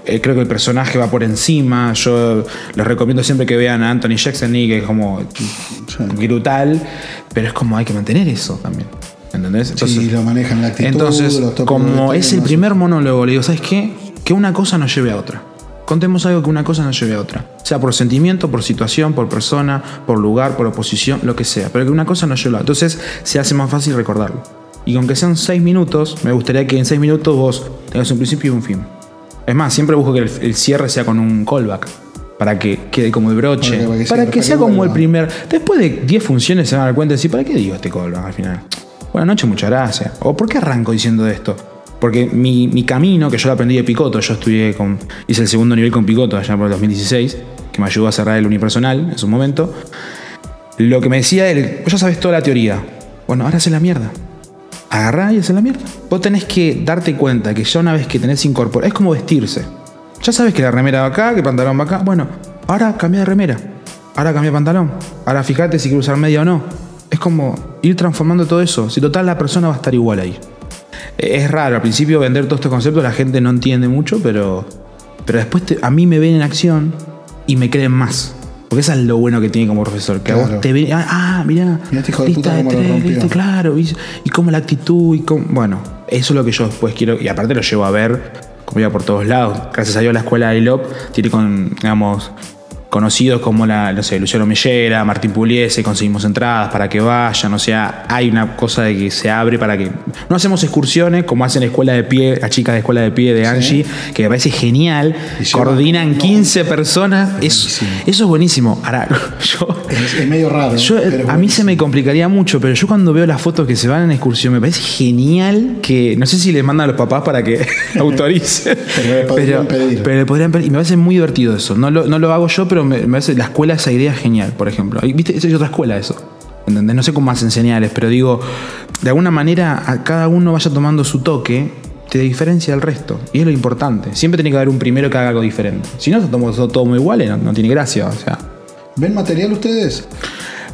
[SPEAKER 2] eh, creo que el personaje va por encima. Yo les recomiendo siempre que vean a Anthony Jackson, que es como brutal, pero es como hay que mantener eso también. ¿Entendés?
[SPEAKER 1] Sí, lo manejan la actitud,
[SPEAKER 2] Entonces,
[SPEAKER 1] los tópicos que
[SPEAKER 2] como
[SPEAKER 1] tienen,
[SPEAKER 2] es el
[SPEAKER 1] no sé.
[SPEAKER 2] primer monólogo, le digo, ¿sabes qué? Que una cosa nos lleve a otra. Contemos algo que una cosa nos lleve a otra. Sea por sentimiento, por situación, por persona, por lugar, por oposición, lo que sea. Pero que una cosa nos lleve a otra. Entonces se hace más fácil recordarlo. Y aunque sean seis minutos, me gustaría que en seis minutos vos tengas un principio y un fin. Es más, siempre busco que el, el cierre sea con un callback. Para que quede como el broche.
[SPEAKER 1] Para que-
[SPEAKER 2] Para
[SPEAKER 1] para
[SPEAKER 2] que,
[SPEAKER 1] que cierre, para
[SPEAKER 2] sea
[SPEAKER 1] que
[SPEAKER 2] como el
[SPEAKER 1] vuelva.
[SPEAKER 2] primer. Después de 10 funciones se van a dar cuenta y decir, ¿para qué digo este callback al final? Buenas noches, muchas gracias. ¿O por qué arranco diciendo esto? Porque mi, mi camino, que yo lo aprendí de Picoto, yo estudié con. hice el segundo nivel con Picoto allá por el 2016, que me ayudó a cerrar el unipersonal en su momento. Lo que me decía él, vos ya sabes toda la teoría. Bueno, ahora hace la mierda. Agarrá y hace la mierda. Vos tenés que darte cuenta que ya una vez que tenés incorporado, es como vestirse. Ya sabes que la remera va acá, que el pantalón va acá. Bueno, ahora cambia de remera. Ahora cambia de pantalón. Ahora fíjate si quiero usar media o no. Es como ir transformando todo eso. Si total la persona va a estar igual ahí. Eh, Es raro, al principio vender todos estos conceptos la gente no entiende mucho, pero, pero después te- a mí me ven en acción y me creen más. Porque eso es lo bueno que tiene como profesor, que a
[SPEAKER 1] Claro.
[SPEAKER 2] vos te ven, ah, ah, mirá,
[SPEAKER 1] Mirá este hijo de puta cómo lo
[SPEAKER 2] tres,
[SPEAKER 1] rompió.
[SPEAKER 2] viste, claro, y, y cómo la actitud, y cómo, bueno, eso es lo que yo después quiero, y aparte lo llevo a ver, como iba por todos lados, gracias a Dios la escuela de ILOP tiene con, digamos, conocidos como la, no sé, Luciano Mellera, Martín Puliese, conseguimos entradas para que vayan, o sea, hay una cosa de que se abre para que, no hacemos excursiones como hacen escuela de pie, las chicas de escuela de pie de Angie, que me parece genial,
[SPEAKER 1] Y llevan
[SPEAKER 2] coordinan
[SPEAKER 1] unos-
[SPEAKER 2] 15 personas, eso,
[SPEAKER 1] Buenísimo.
[SPEAKER 2] eso es buenísimo, ahora yo...
[SPEAKER 1] Es, es medio raro.
[SPEAKER 2] Yo, eh,
[SPEAKER 1] pero
[SPEAKER 2] a
[SPEAKER 1] bueno.
[SPEAKER 2] mí se me complicaría mucho, pero yo cuando veo las fotos que se van en excursión, me parece genial que. No sé si les mandan a los papás para que autoricen.
[SPEAKER 1] Pero le podrían pedir.
[SPEAKER 2] pero le podrían pedir. Y me parece muy divertido eso. No lo, no lo hago yo, pero me, me parece la escuela esa idea es genial, por ejemplo. Y, ¿Viste? Es otra escuela eso. ¿Entendés? No sé cómo hacen señales, pero digo, de alguna manera a cada uno vaya tomando su toque, te diferencia del resto. Y es lo importante. Siempre tiene que haber un primero que haga algo diferente. Si no, tomamos todo, todo muy igual y no, no tiene gracia. O sea,
[SPEAKER 1] ¿Ven material ustedes?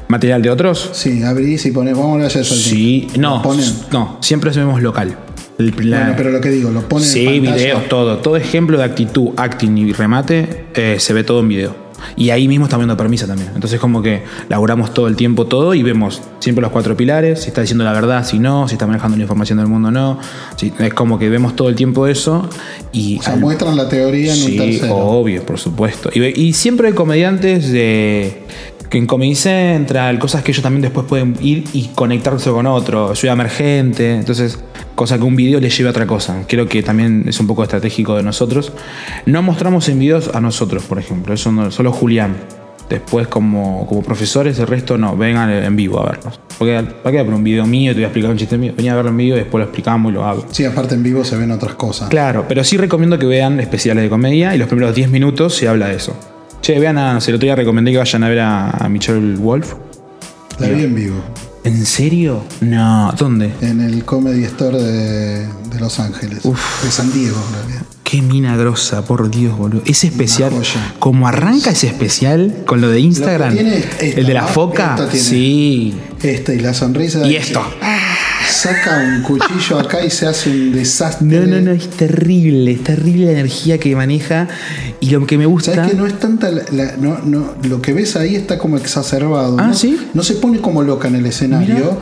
[SPEAKER 2] material de otros.
[SPEAKER 1] Sí, abrís y ponés, vamos a hacer eso.
[SPEAKER 2] Sí, no,
[SPEAKER 1] Pues Lo ponen.
[SPEAKER 2] no, siempre hacemos local. El- la-
[SPEAKER 1] Bueno, pero lo que digo, lo ponen
[SPEAKER 2] sí,
[SPEAKER 1] en pantalla.
[SPEAKER 2] videos, todo. Todo ejemplo de actitud, acting y remate eh, se ve todo en video. Y ahí mismo estamos viendo permisa también. Entonces, como que laburamos todo el tiempo todo y vemos siempre los cuatro pilares: si está diciendo la verdad, si no, si está manejando la información del mundo, no. Si- es como que vemos todo el tiempo eso y.
[SPEAKER 1] O sea,
[SPEAKER 2] al-
[SPEAKER 1] muestran la teoría en un
[SPEAKER 2] Sí, oh.
[SPEAKER 1] tercero.
[SPEAKER 2] obvio, por supuesto. Y, ve- y siempre hay comediantes de, que en Comedy Central, cosas que ellos también después pueden ir y conectarse con otro, ciudad emergente, entonces, cosa que un video les lleve a otra cosa. Creo que también es un poco estratégico de nosotros. No mostramos en videos a nosotros, por ejemplo, eso no- solo Julián. Después, como, como profesores, el resto no, vengan en vivo a vernos. Porque, ¿Para qué? Por un video mío, te voy a explicar un chiste mío. Vení a verlo en vivo y después lo explicamos y lo hablo.
[SPEAKER 1] Sí, aparte en vivo se ven otras cosas.
[SPEAKER 2] Claro, pero sí recomiendo que vean especiales de comedia y los primeros 10 minutos se habla de eso. Che, vean a, no sé, el otro día recomendé que vayan a ver a, a Michelle Wolf.
[SPEAKER 1] La vi en vivo.
[SPEAKER 2] ¿En serio? No, ¿dónde?
[SPEAKER 1] En el Comedy Store de, de Los Ángeles. De San Diego, la vi.
[SPEAKER 2] Qué mina grosa, por Dios, boludo. Ese especial, como arranca ese especial con lo de Instagram,
[SPEAKER 1] tiene esta,
[SPEAKER 2] el de la
[SPEAKER 1] ¿no?
[SPEAKER 2] foca,
[SPEAKER 1] Esta tiene.
[SPEAKER 2] sí.
[SPEAKER 1] Esta Ah, y la sonrisa. de
[SPEAKER 2] Y
[SPEAKER 1] que
[SPEAKER 2] esto.
[SPEAKER 1] Saca un cuchillo acá y se hace un desastre.
[SPEAKER 2] No, no, no, es terrible, es terrible la energía que maneja y lo que me gusta.
[SPEAKER 1] ¿Sabes que no es tanta la- la- no, no, lo que ves ahí está como exacerbado?
[SPEAKER 2] Ah,
[SPEAKER 1] ¿no?
[SPEAKER 2] ¿sí?
[SPEAKER 1] No se pone como loca en el escenario,
[SPEAKER 2] Mirá.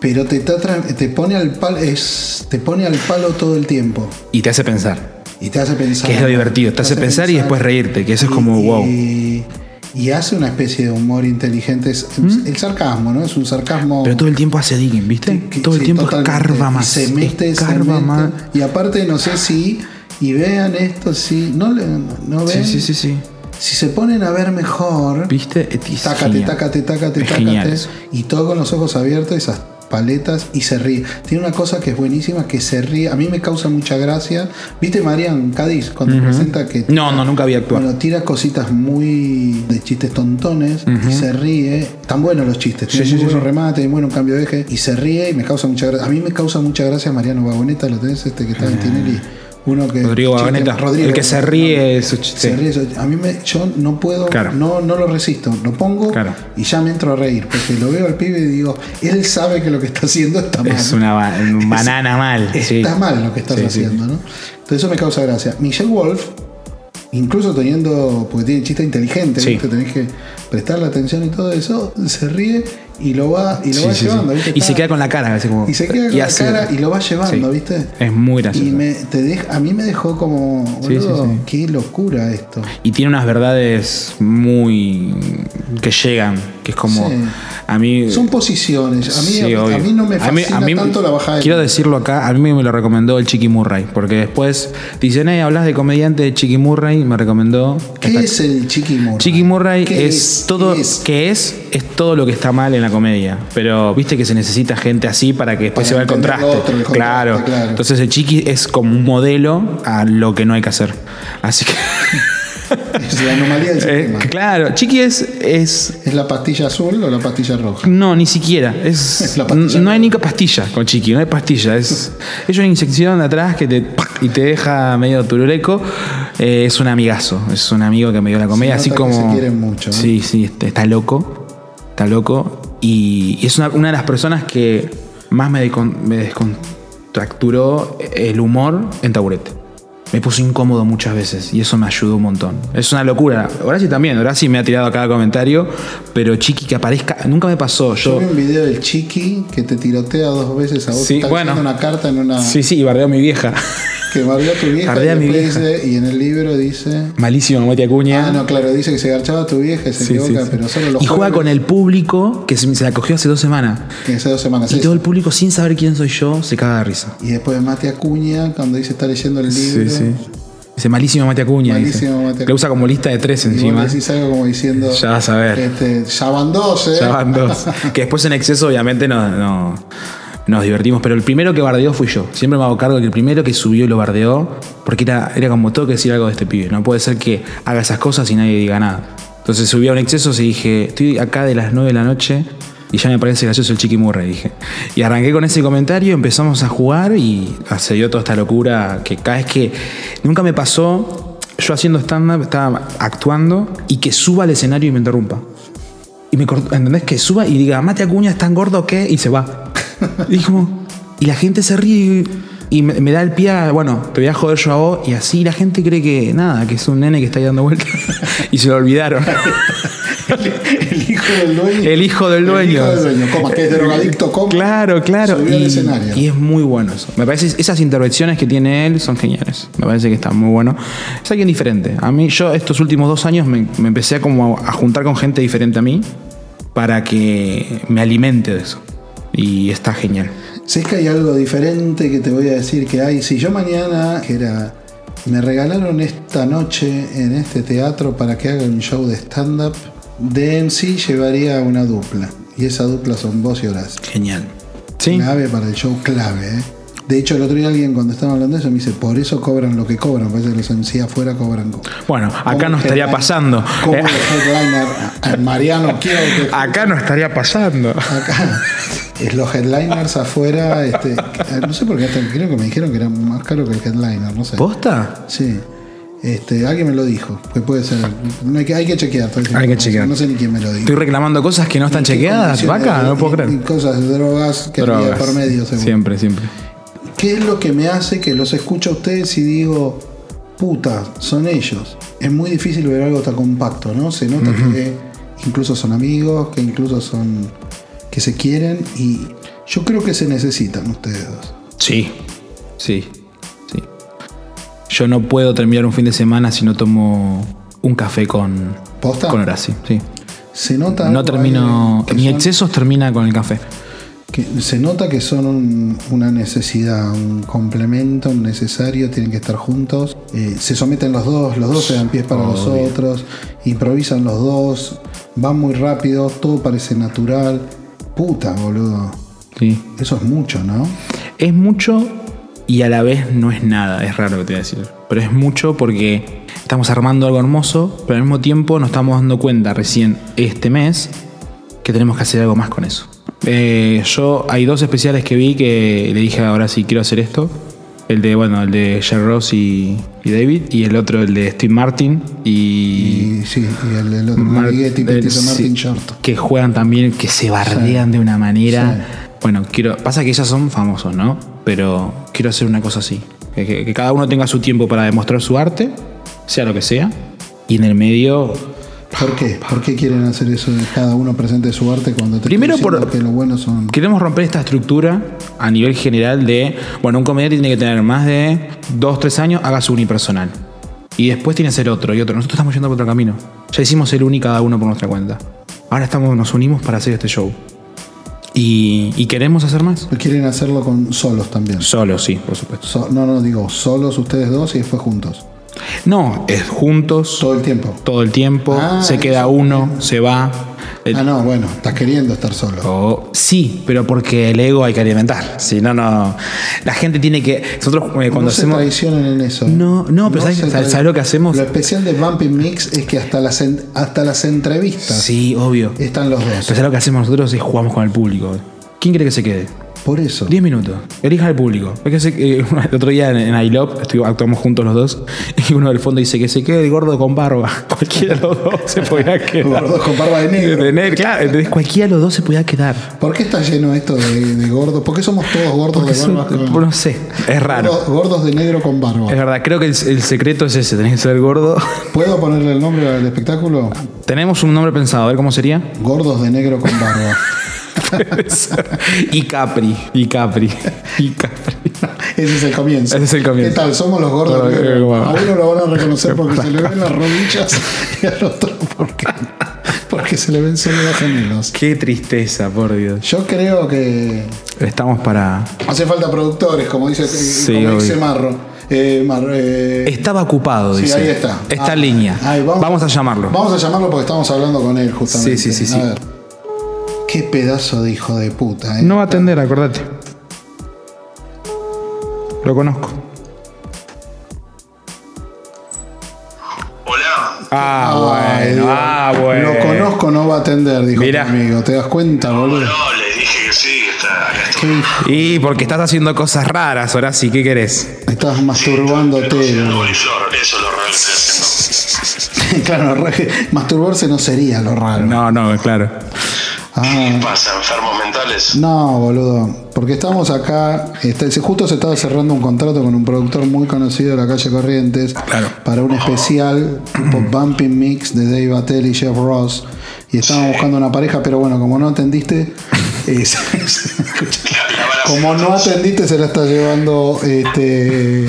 [SPEAKER 1] pero te, está tra- te pone al palo, es, te pone al palo todo el tiempo.
[SPEAKER 2] Y te hace pensar,
[SPEAKER 1] Y te hace pensar.
[SPEAKER 2] que es lo divertido, te hace pensar y después reírte, que eso es como, wow.
[SPEAKER 1] Y, y hace una especie de humor inteligente. Es-
[SPEAKER 2] ¿Mm?
[SPEAKER 1] El sarcasmo, ¿no? Es un sarcasmo.
[SPEAKER 2] Pero todo el tiempo hace digging, ¿viste?
[SPEAKER 1] que-
[SPEAKER 2] todo
[SPEAKER 1] Oh.
[SPEAKER 2] el
[SPEAKER 1] sí,
[SPEAKER 2] tiempo
[SPEAKER 1] totalmente.
[SPEAKER 2] escarba
[SPEAKER 1] Y
[SPEAKER 2] más.
[SPEAKER 1] se mete, se
[SPEAKER 2] escarba
[SPEAKER 1] mete.
[SPEAKER 2] más.
[SPEAKER 1] Y aparte, no sé si. Y vean esto, si. No, le- no
[SPEAKER 2] Sí,
[SPEAKER 1] ven.
[SPEAKER 2] sí, sí, sí.
[SPEAKER 1] Si se ponen a ver mejor.
[SPEAKER 2] ¿Viste? Es
[SPEAKER 1] Tácate,
[SPEAKER 2] genial.
[SPEAKER 1] tácate, tácate,
[SPEAKER 2] Es genial
[SPEAKER 1] tácate.
[SPEAKER 2] eso.
[SPEAKER 1] Y todo con los ojos abiertos, esas paletas, y se ríe. Tiene una cosa que es buenísima, que se ríe. A mí me causa mucha gracia. ¿Viste Marian Cádiz cuando presenta que...
[SPEAKER 2] No, no, nunca había actuado.
[SPEAKER 1] Bueno, tira cositas muy de chistes tontones y se ríe. Tan buenos los chistes, tiene
[SPEAKER 2] sí,
[SPEAKER 1] muy
[SPEAKER 2] sí,
[SPEAKER 1] buenos remates, muy bueno un cambio de eje. Y se ríe y me causa mucha gracia. A mí me causa mucha gracia Mariano Vagoneta, lo tenés este que está en Tinelli. Uno que,
[SPEAKER 2] Eh. Rodrigo
[SPEAKER 1] chiste-
[SPEAKER 2] Vagoneta,
[SPEAKER 1] Rodrigo
[SPEAKER 2] el que se
[SPEAKER 1] Vagoneta,
[SPEAKER 2] ríe es su
[SPEAKER 1] se
[SPEAKER 2] chiste.
[SPEAKER 1] ríe, yo- a mí me, yo no puedo,
[SPEAKER 2] Claro.
[SPEAKER 1] no, no lo resisto, lo pongo
[SPEAKER 2] Claro.
[SPEAKER 1] y ya me entro a reír, porque lo veo al pibe y digo, él sabe que lo que está haciendo está mal.
[SPEAKER 2] Es una ba- un banana mal. sí.
[SPEAKER 1] Está mal lo que estás
[SPEAKER 2] Sí, sí,
[SPEAKER 1] haciendo, ¿no? Entonces eso me causa gracia. Michelle Wolf, incluso teniendo, porque tiene chiste inteligente,
[SPEAKER 2] Sí.
[SPEAKER 1] ¿viste? tenés que prestarle atención y todo eso, se ríe y lo va, y lo
[SPEAKER 2] Sí,
[SPEAKER 1] va
[SPEAKER 2] sí, sí.
[SPEAKER 1] llevando, ¿viste?
[SPEAKER 2] Y se
[SPEAKER 1] Está-
[SPEAKER 2] queda con la cara, así como.
[SPEAKER 1] y se queda con la
[SPEAKER 2] hace-
[SPEAKER 1] cara y lo va llevando,
[SPEAKER 2] Sí.
[SPEAKER 1] ¿viste?
[SPEAKER 2] Es muy gracioso.
[SPEAKER 1] Y
[SPEAKER 2] Y,
[SPEAKER 1] me, te deja- a mí me dejó como,
[SPEAKER 2] Sí, sí,
[SPEAKER 1] boludo,
[SPEAKER 2] sí.
[SPEAKER 1] qué locura esto.
[SPEAKER 2] tiene unas verdades muy. que llegan, que es como.
[SPEAKER 1] Sí.
[SPEAKER 2] A mí.
[SPEAKER 1] Son posiciones. A mí,
[SPEAKER 2] Sí,
[SPEAKER 1] a,
[SPEAKER 2] obvio.
[SPEAKER 1] mí no me
[SPEAKER 2] A mí-
[SPEAKER 1] fascina
[SPEAKER 2] a mí-
[SPEAKER 1] tanto la bajada de
[SPEAKER 2] Quiero decirlo acá, a mí me lo recomendó el Chiqui Murray, porque después dicen, hey, hablas de comediante de Chiqui Murray, me recomendó.
[SPEAKER 1] ¿Qué es el Chiqui Murray?
[SPEAKER 2] Chiqui Murray
[SPEAKER 1] ¿Qué
[SPEAKER 2] es,
[SPEAKER 1] es?
[SPEAKER 2] todo
[SPEAKER 1] ¿Qué es?
[SPEAKER 2] que es es todo lo que está mal en la comedia, pero viste que se necesita gente así para que después
[SPEAKER 1] Para
[SPEAKER 2] se vea el
[SPEAKER 1] entender
[SPEAKER 2] contraste.
[SPEAKER 1] lo otro, el contraste,
[SPEAKER 2] claro.
[SPEAKER 1] claro.
[SPEAKER 2] Entonces el Chiqui es como un modelo a lo que no hay que hacer. Así que
[SPEAKER 1] Es la anomalía del
[SPEAKER 2] eh,
[SPEAKER 1] sistema.
[SPEAKER 2] claro, Chiqui es es
[SPEAKER 1] ¿Es la pastilla azul o la pastilla roja?
[SPEAKER 2] no, ni siquiera. Es,
[SPEAKER 1] La pastilla.
[SPEAKER 2] no hay ni pastilla con Chiqui, no hay pastilla. Es, es una inyección de atrás que te, ¡pac! y te deja medio turuleco. Eh, es un amigazo, es un amigo que me dio la comedia.
[SPEAKER 1] Se
[SPEAKER 2] así
[SPEAKER 1] nota que
[SPEAKER 2] como.
[SPEAKER 1] se quieren mucho, ¿eh?
[SPEAKER 2] Sí, sí, este- está loco. Está loco. Y, y es una, una de las personas que más me, descon- me descontracturó el humor en taburete. Me puso incómodo muchas veces y eso me ayudó un montón. Es una locura. Horacio también, Horacio me ha tirado a cada comentario, pero Chiqui que aparezca, nunca me pasó.
[SPEAKER 1] Yo
[SPEAKER 2] Yo,
[SPEAKER 1] vi un video del Chiqui que te tirotea dos veces a vos.
[SPEAKER 2] Sí,
[SPEAKER 1] Está
[SPEAKER 2] bueno.
[SPEAKER 1] haciendo una carta en una.
[SPEAKER 2] Sí, sí, y bardeo a mi vieja.
[SPEAKER 1] Que bardeó a tu vieja.
[SPEAKER 2] Bardea a
[SPEAKER 1] y,
[SPEAKER 2] mi
[SPEAKER 1] después
[SPEAKER 2] vieja.
[SPEAKER 1] dice- y en el libro dice.
[SPEAKER 2] Malísimo, Mati Acuña.
[SPEAKER 1] Ah, no, claro, dice que se garchaba a tu vieja y se
[SPEAKER 2] Sí, sí,
[SPEAKER 1] equivoca,
[SPEAKER 2] sí.
[SPEAKER 1] pero solo los
[SPEAKER 2] Y juega con el público que se, se la cogió hace dos semanas.
[SPEAKER 1] Que hace dos semanas.
[SPEAKER 2] Y
[SPEAKER 1] es.
[SPEAKER 2] todo el público, sin saber quién soy yo, se caga de risa.
[SPEAKER 1] Y después Mate Acuña, cuando dice está leyendo el
[SPEAKER 2] Sí,
[SPEAKER 1] libro.
[SPEAKER 2] sí. Dice malísimo Mati Acuña. dice.
[SPEAKER 1] Malísimo Mati Acuña.
[SPEAKER 2] Lo usa como lista de tres
[SPEAKER 1] Y
[SPEAKER 2] encima.
[SPEAKER 1] vos decís algo como diciendo.
[SPEAKER 2] Ya vas a ver.
[SPEAKER 1] Este, ya van dos, ¿eh?
[SPEAKER 2] Ya van dos. que después en exceso, obviamente, no, no- nos divertimos. Pero el primero que bardeó fui yo. Siempre me hago cargo de que el primero que subió y lo bardeó, porque era, era como todo que decir algo de este pibe. No puede ser que haga esas cosas y nadie diga nada. Entonces subí a un exceso y dije, estoy acá de las 9 de la noche. Y ya me parece gracioso el Chiqui Murray, dije. Y arranqué con ese comentario, empezamos a jugar y ah, se dio toda esta locura que cada vez que... Nunca me pasó, yo haciendo stand-up, estaba actuando y que suba al escenario y me interrumpa. Y me cortó, ¿entendés? Que suba y diga, Mate Acuña es tan gordo que. Y se va. y, es como- y la gente se ríe y, y me, me da el pie a, bueno, te voy a joder yo a vos. Y así la gente cree que nada, que es un nene que está ahí dando vueltas. y se lo olvidaron.
[SPEAKER 1] El hijo del dueño.
[SPEAKER 2] el hijo del
[SPEAKER 1] El
[SPEAKER 2] dueño.
[SPEAKER 1] hijo del dueño, coma, que es drogadicto, coma.
[SPEAKER 2] Claro, claro.
[SPEAKER 1] Subió al
[SPEAKER 2] y,
[SPEAKER 1] escenario.
[SPEAKER 2] y es muy bueno eso. Me parece esas intervenciones que tiene él son geniales. Me parece que está muy bueno. Es alguien diferente. A mí, yo estos últimos dos años me, me empecé a como a juntar con gente diferente a mí para que me alimente de eso. Y está genial.
[SPEAKER 1] Si es que hay algo diferente que te voy a decir que hay. Si yo mañana que era. Me regalaron esta noche en este teatro para que haga un show de stand-up. De MC llevaría una dupla. Y esa dupla son vos y Horacio.
[SPEAKER 2] Genial. Sí.
[SPEAKER 1] Clave para el show, clave. ¿eh? De hecho, el otro día alguien cuando estaba hablando de eso me dice, por eso cobran lo que cobran. Parece que los MC afuera cobran. co-
[SPEAKER 2] Bueno,
[SPEAKER 1] Como
[SPEAKER 2] acá no
[SPEAKER 1] el
[SPEAKER 2] estaría
[SPEAKER 1] headline-
[SPEAKER 2] pasando.
[SPEAKER 1] Como
[SPEAKER 2] Eh,
[SPEAKER 1] el headliner, a- a Mariano, quiero que
[SPEAKER 2] Acá no estaría pasando.
[SPEAKER 1] Acá. eh, los headliners afuera, este, eh, no sé por qué, hasta creo que me dijeron que era más caro que el headliner, no sé.
[SPEAKER 2] ¿Posta?
[SPEAKER 1] Sí. Este, alguien me lo dijo, que puede ser. no hay, que, hay que chequear. por ejemplo.
[SPEAKER 2] Hay que chequear.
[SPEAKER 1] No sé ni quién me lo dijo.
[SPEAKER 2] Estoy reclamando cosas que no están chequeadas,
[SPEAKER 1] Condiciones
[SPEAKER 2] vaca,
[SPEAKER 1] de-
[SPEAKER 2] no puedo
[SPEAKER 1] y- y
[SPEAKER 2] creer.
[SPEAKER 1] Cosas, drogas que había
[SPEAKER 2] Drogas.
[SPEAKER 1] por medio, seguro.
[SPEAKER 2] Siempre, siempre.
[SPEAKER 1] ¿Qué es lo que me hace que los escucho a ustedes y digo, puta, son ellos? Es muy difícil ver algo tan compacto, ¿no? Se nota que incluso son amigos, que incluso son. que se quieren y yo creo que se necesitan ustedes dos.
[SPEAKER 2] Sí. Sí. Sí. Yo no puedo terminar un fin de semana si no tomo un café con,
[SPEAKER 1] ¿Posta?
[SPEAKER 2] con Horacio. Sí.
[SPEAKER 1] Se nota.
[SPEAKER 2] No
[SPEAKER 1] algo
[SPEAKER 2] termino.
[SPEAKER 1] ahí que
[SPEAKER 2] Mi
[SPEAKER 1] son-
[SPEAKER 2] excesos termina con el café.
[SPEAKER 1] que se nota que son un- una necesidad, un complemento, un necesario, tienen que estar juntos. Eh, se someten los dos, los dos se dan pies para los otros, improvisan los dos, van muy rápido, todo parece natural. Puta, boludo.
[SPEAKER 2] Sí.
[SPEAKER 1] Eso es mucho, ¿no?
[SPEAKER 2] Es mucho y a la vez no es nada, es raro lo que te voy a decir. Pero es mucho porque estamos armando algo hermoso, pero al mismo tiempo nos estamos dando cuenta recién este mes que tenemos que hacer algo más con eso. Eh, yo hay dos especiales que vi que le dije ahora sí quiero hacer esto. El de, bueno, el de Jerry Ross y, y David, y el otro, el de Steve Martin y.
[SPEAKER 1] Y sí, y el, el otro
[SPEAKER 2] Mar-
[SPEAKER 1] Marighetti,
[SPEAKER 2] el-
[SPEAKER 1] Petito
[SPEAKER 2] sí,
[SPEAKER 1] Martin Short.
[SPEAKER 2] Que juegan también, que se bardean de una manera. Bueno, quiero. Pasa que ellas son famosos, ¿no? Pero quiero hacer una cosa así. Que, que- que cada uno tenga su tiempo para demostrar su arte, sea lo que sea. Y en el medio.
[SPEAKER 1] ¿Por qué? ¿Por qué quieren hacer eso de cada uno presente su arte cuando te estoy
[SPEAKER 2] Primero por-
[SPEAKER 1] diciendo que lo bueno son
[SPEAKER 2] Queremos romper esta estructura a nivel general de. Bueno, un comediante tiene que tener más de 2, 3 años, haga su unipersonal. Y después tiene que ser otro y otro. Nosotros estamos yendo por otro camino. Ya hicimos el uni cada uno por nuestra cuenta. Ahora estamos, nos unimos para hacer este show. Y, y queremos hacer más.
[SPEAKER 1] quieren hacerlo con solos también.
[SPEAKER 2] Solo, sí, por supuesto.
[SPEAKER 1] So- no, no, digo, solos ustedes dos y después juntos.
[SPEAKER 2] No, es juntos
[SPEAKER 1] Todo el tiempo.
[SPEAKER 2] todo el tiempo.
[SPEAKER 1] Ah,
[SPEAKER 2] se queda uno, se va. El-
[SPEAKER 1] Ah, no, bueno, estás queriendo estar solo.
[SPEAKER 2] Oh, sí, pero porque el ego hay que alimentar. Si no, no. La gente tiene que. Nosotros eh, cuando
[SPEAKER 1] no
[SPEAKER 2] hacemos.
[SPEAKER 1] se traicionan en eso. ¿eh?
[SPEAKER 2] No, no, pero ¿sabes-
[SPEAKER 1] se
[SPEAKER 2] sabes-
[SPEAKER 1] traic-
[SPEAKER 2] sabes lo que hacemos?
[SPEAKER 1] Lo especial de Bumping Mix es que hasta las, en- hasta las entrevistas
[SPEAKER 2] Sí, obvio. Pero
[SPEAKER 1] están los dos.
[SPEAKER 2] ¿sabes lo que hacemos nosotros es jugamos con el público. ¿Quién quiere que se quede?
[SPEAKER 1] Por eso.
[SPEAKER 2] 10 minutos. Elija al público. Es que se- eh, el otro día en, en I Love estuvi- actuamos juntos los dos. Y uno del fondo dice que se quede el gordo con barba. Cualquiera de los dos se podía quedar.
[SPEAKER 1] Gordos con barba de negro.
[SPEAKER 2] De negro, claro, entonces cualquiera de los dos se podía quedar.
[SPEAKER 1] ¿Por qué está lleno esto de, de gordos? ¿Por qué somos todos gordos de
[SPEAKER 2] Porque son-
[SPEAKER 1] barba? con-
[SPEAKER 2] no sé, es raro.
[SPEAKER 1] Gordos, gordos de negro con barba.
[SPEAKER 2] Es verdad, creo que el, el secreto es ese, tenés que ser gordo.
[SPEAKER 1] ¿Puedo ponerle el nombre al espectáculo?
[SPEAKER 2] Tenemos un nombre pensado, a ver cómo sería.
[SPEAKER 1] Gordos de negro con barba.
[SPEAKER 2] y Capri, y Capri, y Capri.
[SPEAKER 1] Ese es el comienzo.
[SPEAKER 2] Ese es el comienzo.
[SPEAKER 1] ¿Qué tal? Somos los gordos.
[SPEAKER 2] Gordos,
[SPEAKER 1] negros.
[SPEAKER 2] eh, bueno.
[SPEAKER 1] A uno lo van a reconocer porque se le ven las rodillas y al otro porque, porque se le ven solo los gemelos.
[SPEAKER 2] Qué tristeza, por Dios.
[SPEAKER 1] Yo creo que
[SPEAKER 2] Estamos para...
[SPEAKER 1] hace falta productores, como dice,
[SPEAKER 2] Sí,
[SPEAKER 1] como dice
[SPEAKER 2] obvio.
[SPEAKER 1] Marro. Eh, Marro, eh,
[SPEAKER 2] Estaba ocupado,
[SPEAKER 1] sí,
[SPEAKER 2] dice.
[SPEAKER 1] ahí está.
[SPEAKER 2] Esta
[SPEAKER 1] Ah,
[SPEAKER 2] línea.
[SPEAKER 1] ahí,
[SPEAKER 2] vamos, a llamarlo.
[SPEAKER 1] Vamos a llamarlo porque estamos hablando con él justamente.
[SPEAKER 2] Sí, sí, sí, sí.
[SPEAKER 1] A ver. Qué pedazo de hijo de puta, ¿eh?
[SPEAKER 2] No va a atender, acordate. Lo conozco.
[SPEAKER 3] Hola,
[SPEAKER 2] Ah,
[SPEAKER 1] Ay,
[SPEAKER 2] bueno,
[SPEAKER 1] Dios.
[SPEAKER 2] ah, bueno.
[SPEAKER 1] Lo conozco, no va a atender, dijo
[SPEAKER 2] Mirá.
[SPEAKER 1] mi amigo. ¿Te das cuenta, boludo?
[SPEAKER 3] no, le dije que sí, que está acá estoy.
[SPEAKER 1] Qué hijo-
[SPEAKER 2] Y porque estás haciendo cosas raras, ahora sí, ¿qué querés?
[SPEAKER 1] Estás
[SPEAKER 3] Estoy
[SPEAKER 1] masturbándote.
[SPEAKER 3] cocinando
[SPEAKER 1] boludo.
[SPEAKER 3] coliflor, eso es lo raro que estoy haciendo.
[SPEAKER 1] claro, re- masturbarse no sería lo raro.
[SPEAKER 2] No, no, claro.
[SPEAKER 1] Ah,
[SPEAKER 3] ¿Qué pasa? ¿Enfermos mentales?
[SPEAKER 1] no, boludo. Porque estamos acá. este, se- justo se estaba cerrando un contrato con un productor muy conocido de la calle Corrientes.
[SPEAKER 2] Claro.
[SPEAKER 1] Para un especial tipo Bumping Mix de Dave Attell y Jeff Ross. Y estábamos buscando una pareja, pero bueno, como no atendiste. eh, se- se- escucha.
[SPEAKER 3] La- la bala-
[SPEAKER 1] como no atendiste, se la está llevando este.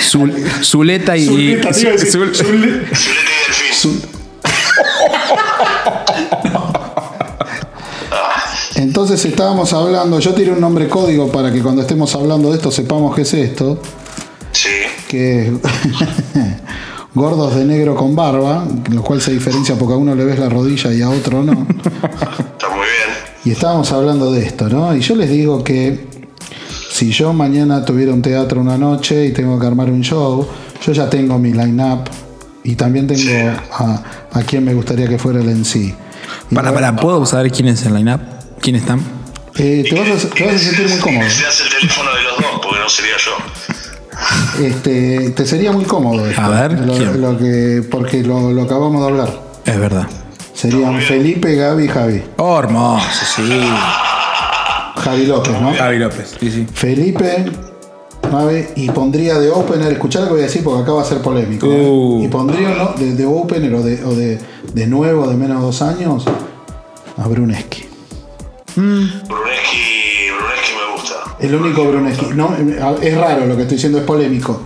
[SPEAKER 2] Zul- Zuleta y.
[SPEAKER 1] Zuleta, te iba a decir,
[SPEAKER 2] Zul-
[SPEAKER 3] Zuleta y Delfín.
[SPEAKER 1] Su- Entonces estábamos hablando, yo tiré un nombre código para que cuando estemos hablando de esto sepamos qué es esto,
[SPEAKER 3] Sí.
[SPEAKER 1] que es gordos de negro con barba, lo cual se diferencia porque a uno le ves la rodilla y a otro no.
[SPEAKER 3] Está muy bien.
[SPEAKER 1] Y estábamos hablando de esto, ¿no? Y yo les digo que si yo mañana tuviera un teatro una noche y tengo que armar un show, yo ya tengo mi line-up y también tengo a, a quien me gustaría que fuera el en sí.
[SPEAKER 2] Para, para, ¿puedo saber quién es el line-up? ¿Quién están?
[SPEAKER 1] Eh,
[SPEAKER 3] Y
[SPEAKER 1] te, vas a,
[SPEAKER 3] que-
[SPEAKER 1] te
[SPEAKER 3] y
[SPEAKER 1] vas a
[SPEAKER 3] que
[SPEAKER 1] sentir muy
[SPEAKER 3] seas-
[SPEAKER 1] cómodo.
[SPEAKER 3] Que seas el teléfono de los dos, porque no sería yo.
[SPEAKER 1] Este, te sería muy cómodo. esto.
[SPEAKER 2] A ver,
[SPEAKER 1] Lo-
[SPEAKER 2] ¿quién?
[SPEAKER 1] lo que, porque lo, lo acabamos de hablar.
[SPEAKER 2] Es verdad.
[SPEAKER 1] Serían Felipe, Gaby y Javi.
[SPEAKER 2] Oh, hermoso, sí.
[SPEAKER 1] Javi López, ¿no?
[SPEAKER 4] Javi López. Sí, sí.
[SPEAKER 1] Felipe, Gaby, y pondría de opener, escuchá lo que voy a decir porque acá va a ser polémico. ¿eh?
[SPEAKER 4] Uh.
[SPEAKER 1] Y pondría ¿no? de, de opener o de, o de, de nuevo, de menos dos años, a Bruneski.
[SPEAKER 3] Bruneski, Bruneski me gusta.
[SPEAKER 1] El único Bruneski. No, es raro lo que estoy diciendo, es polémico.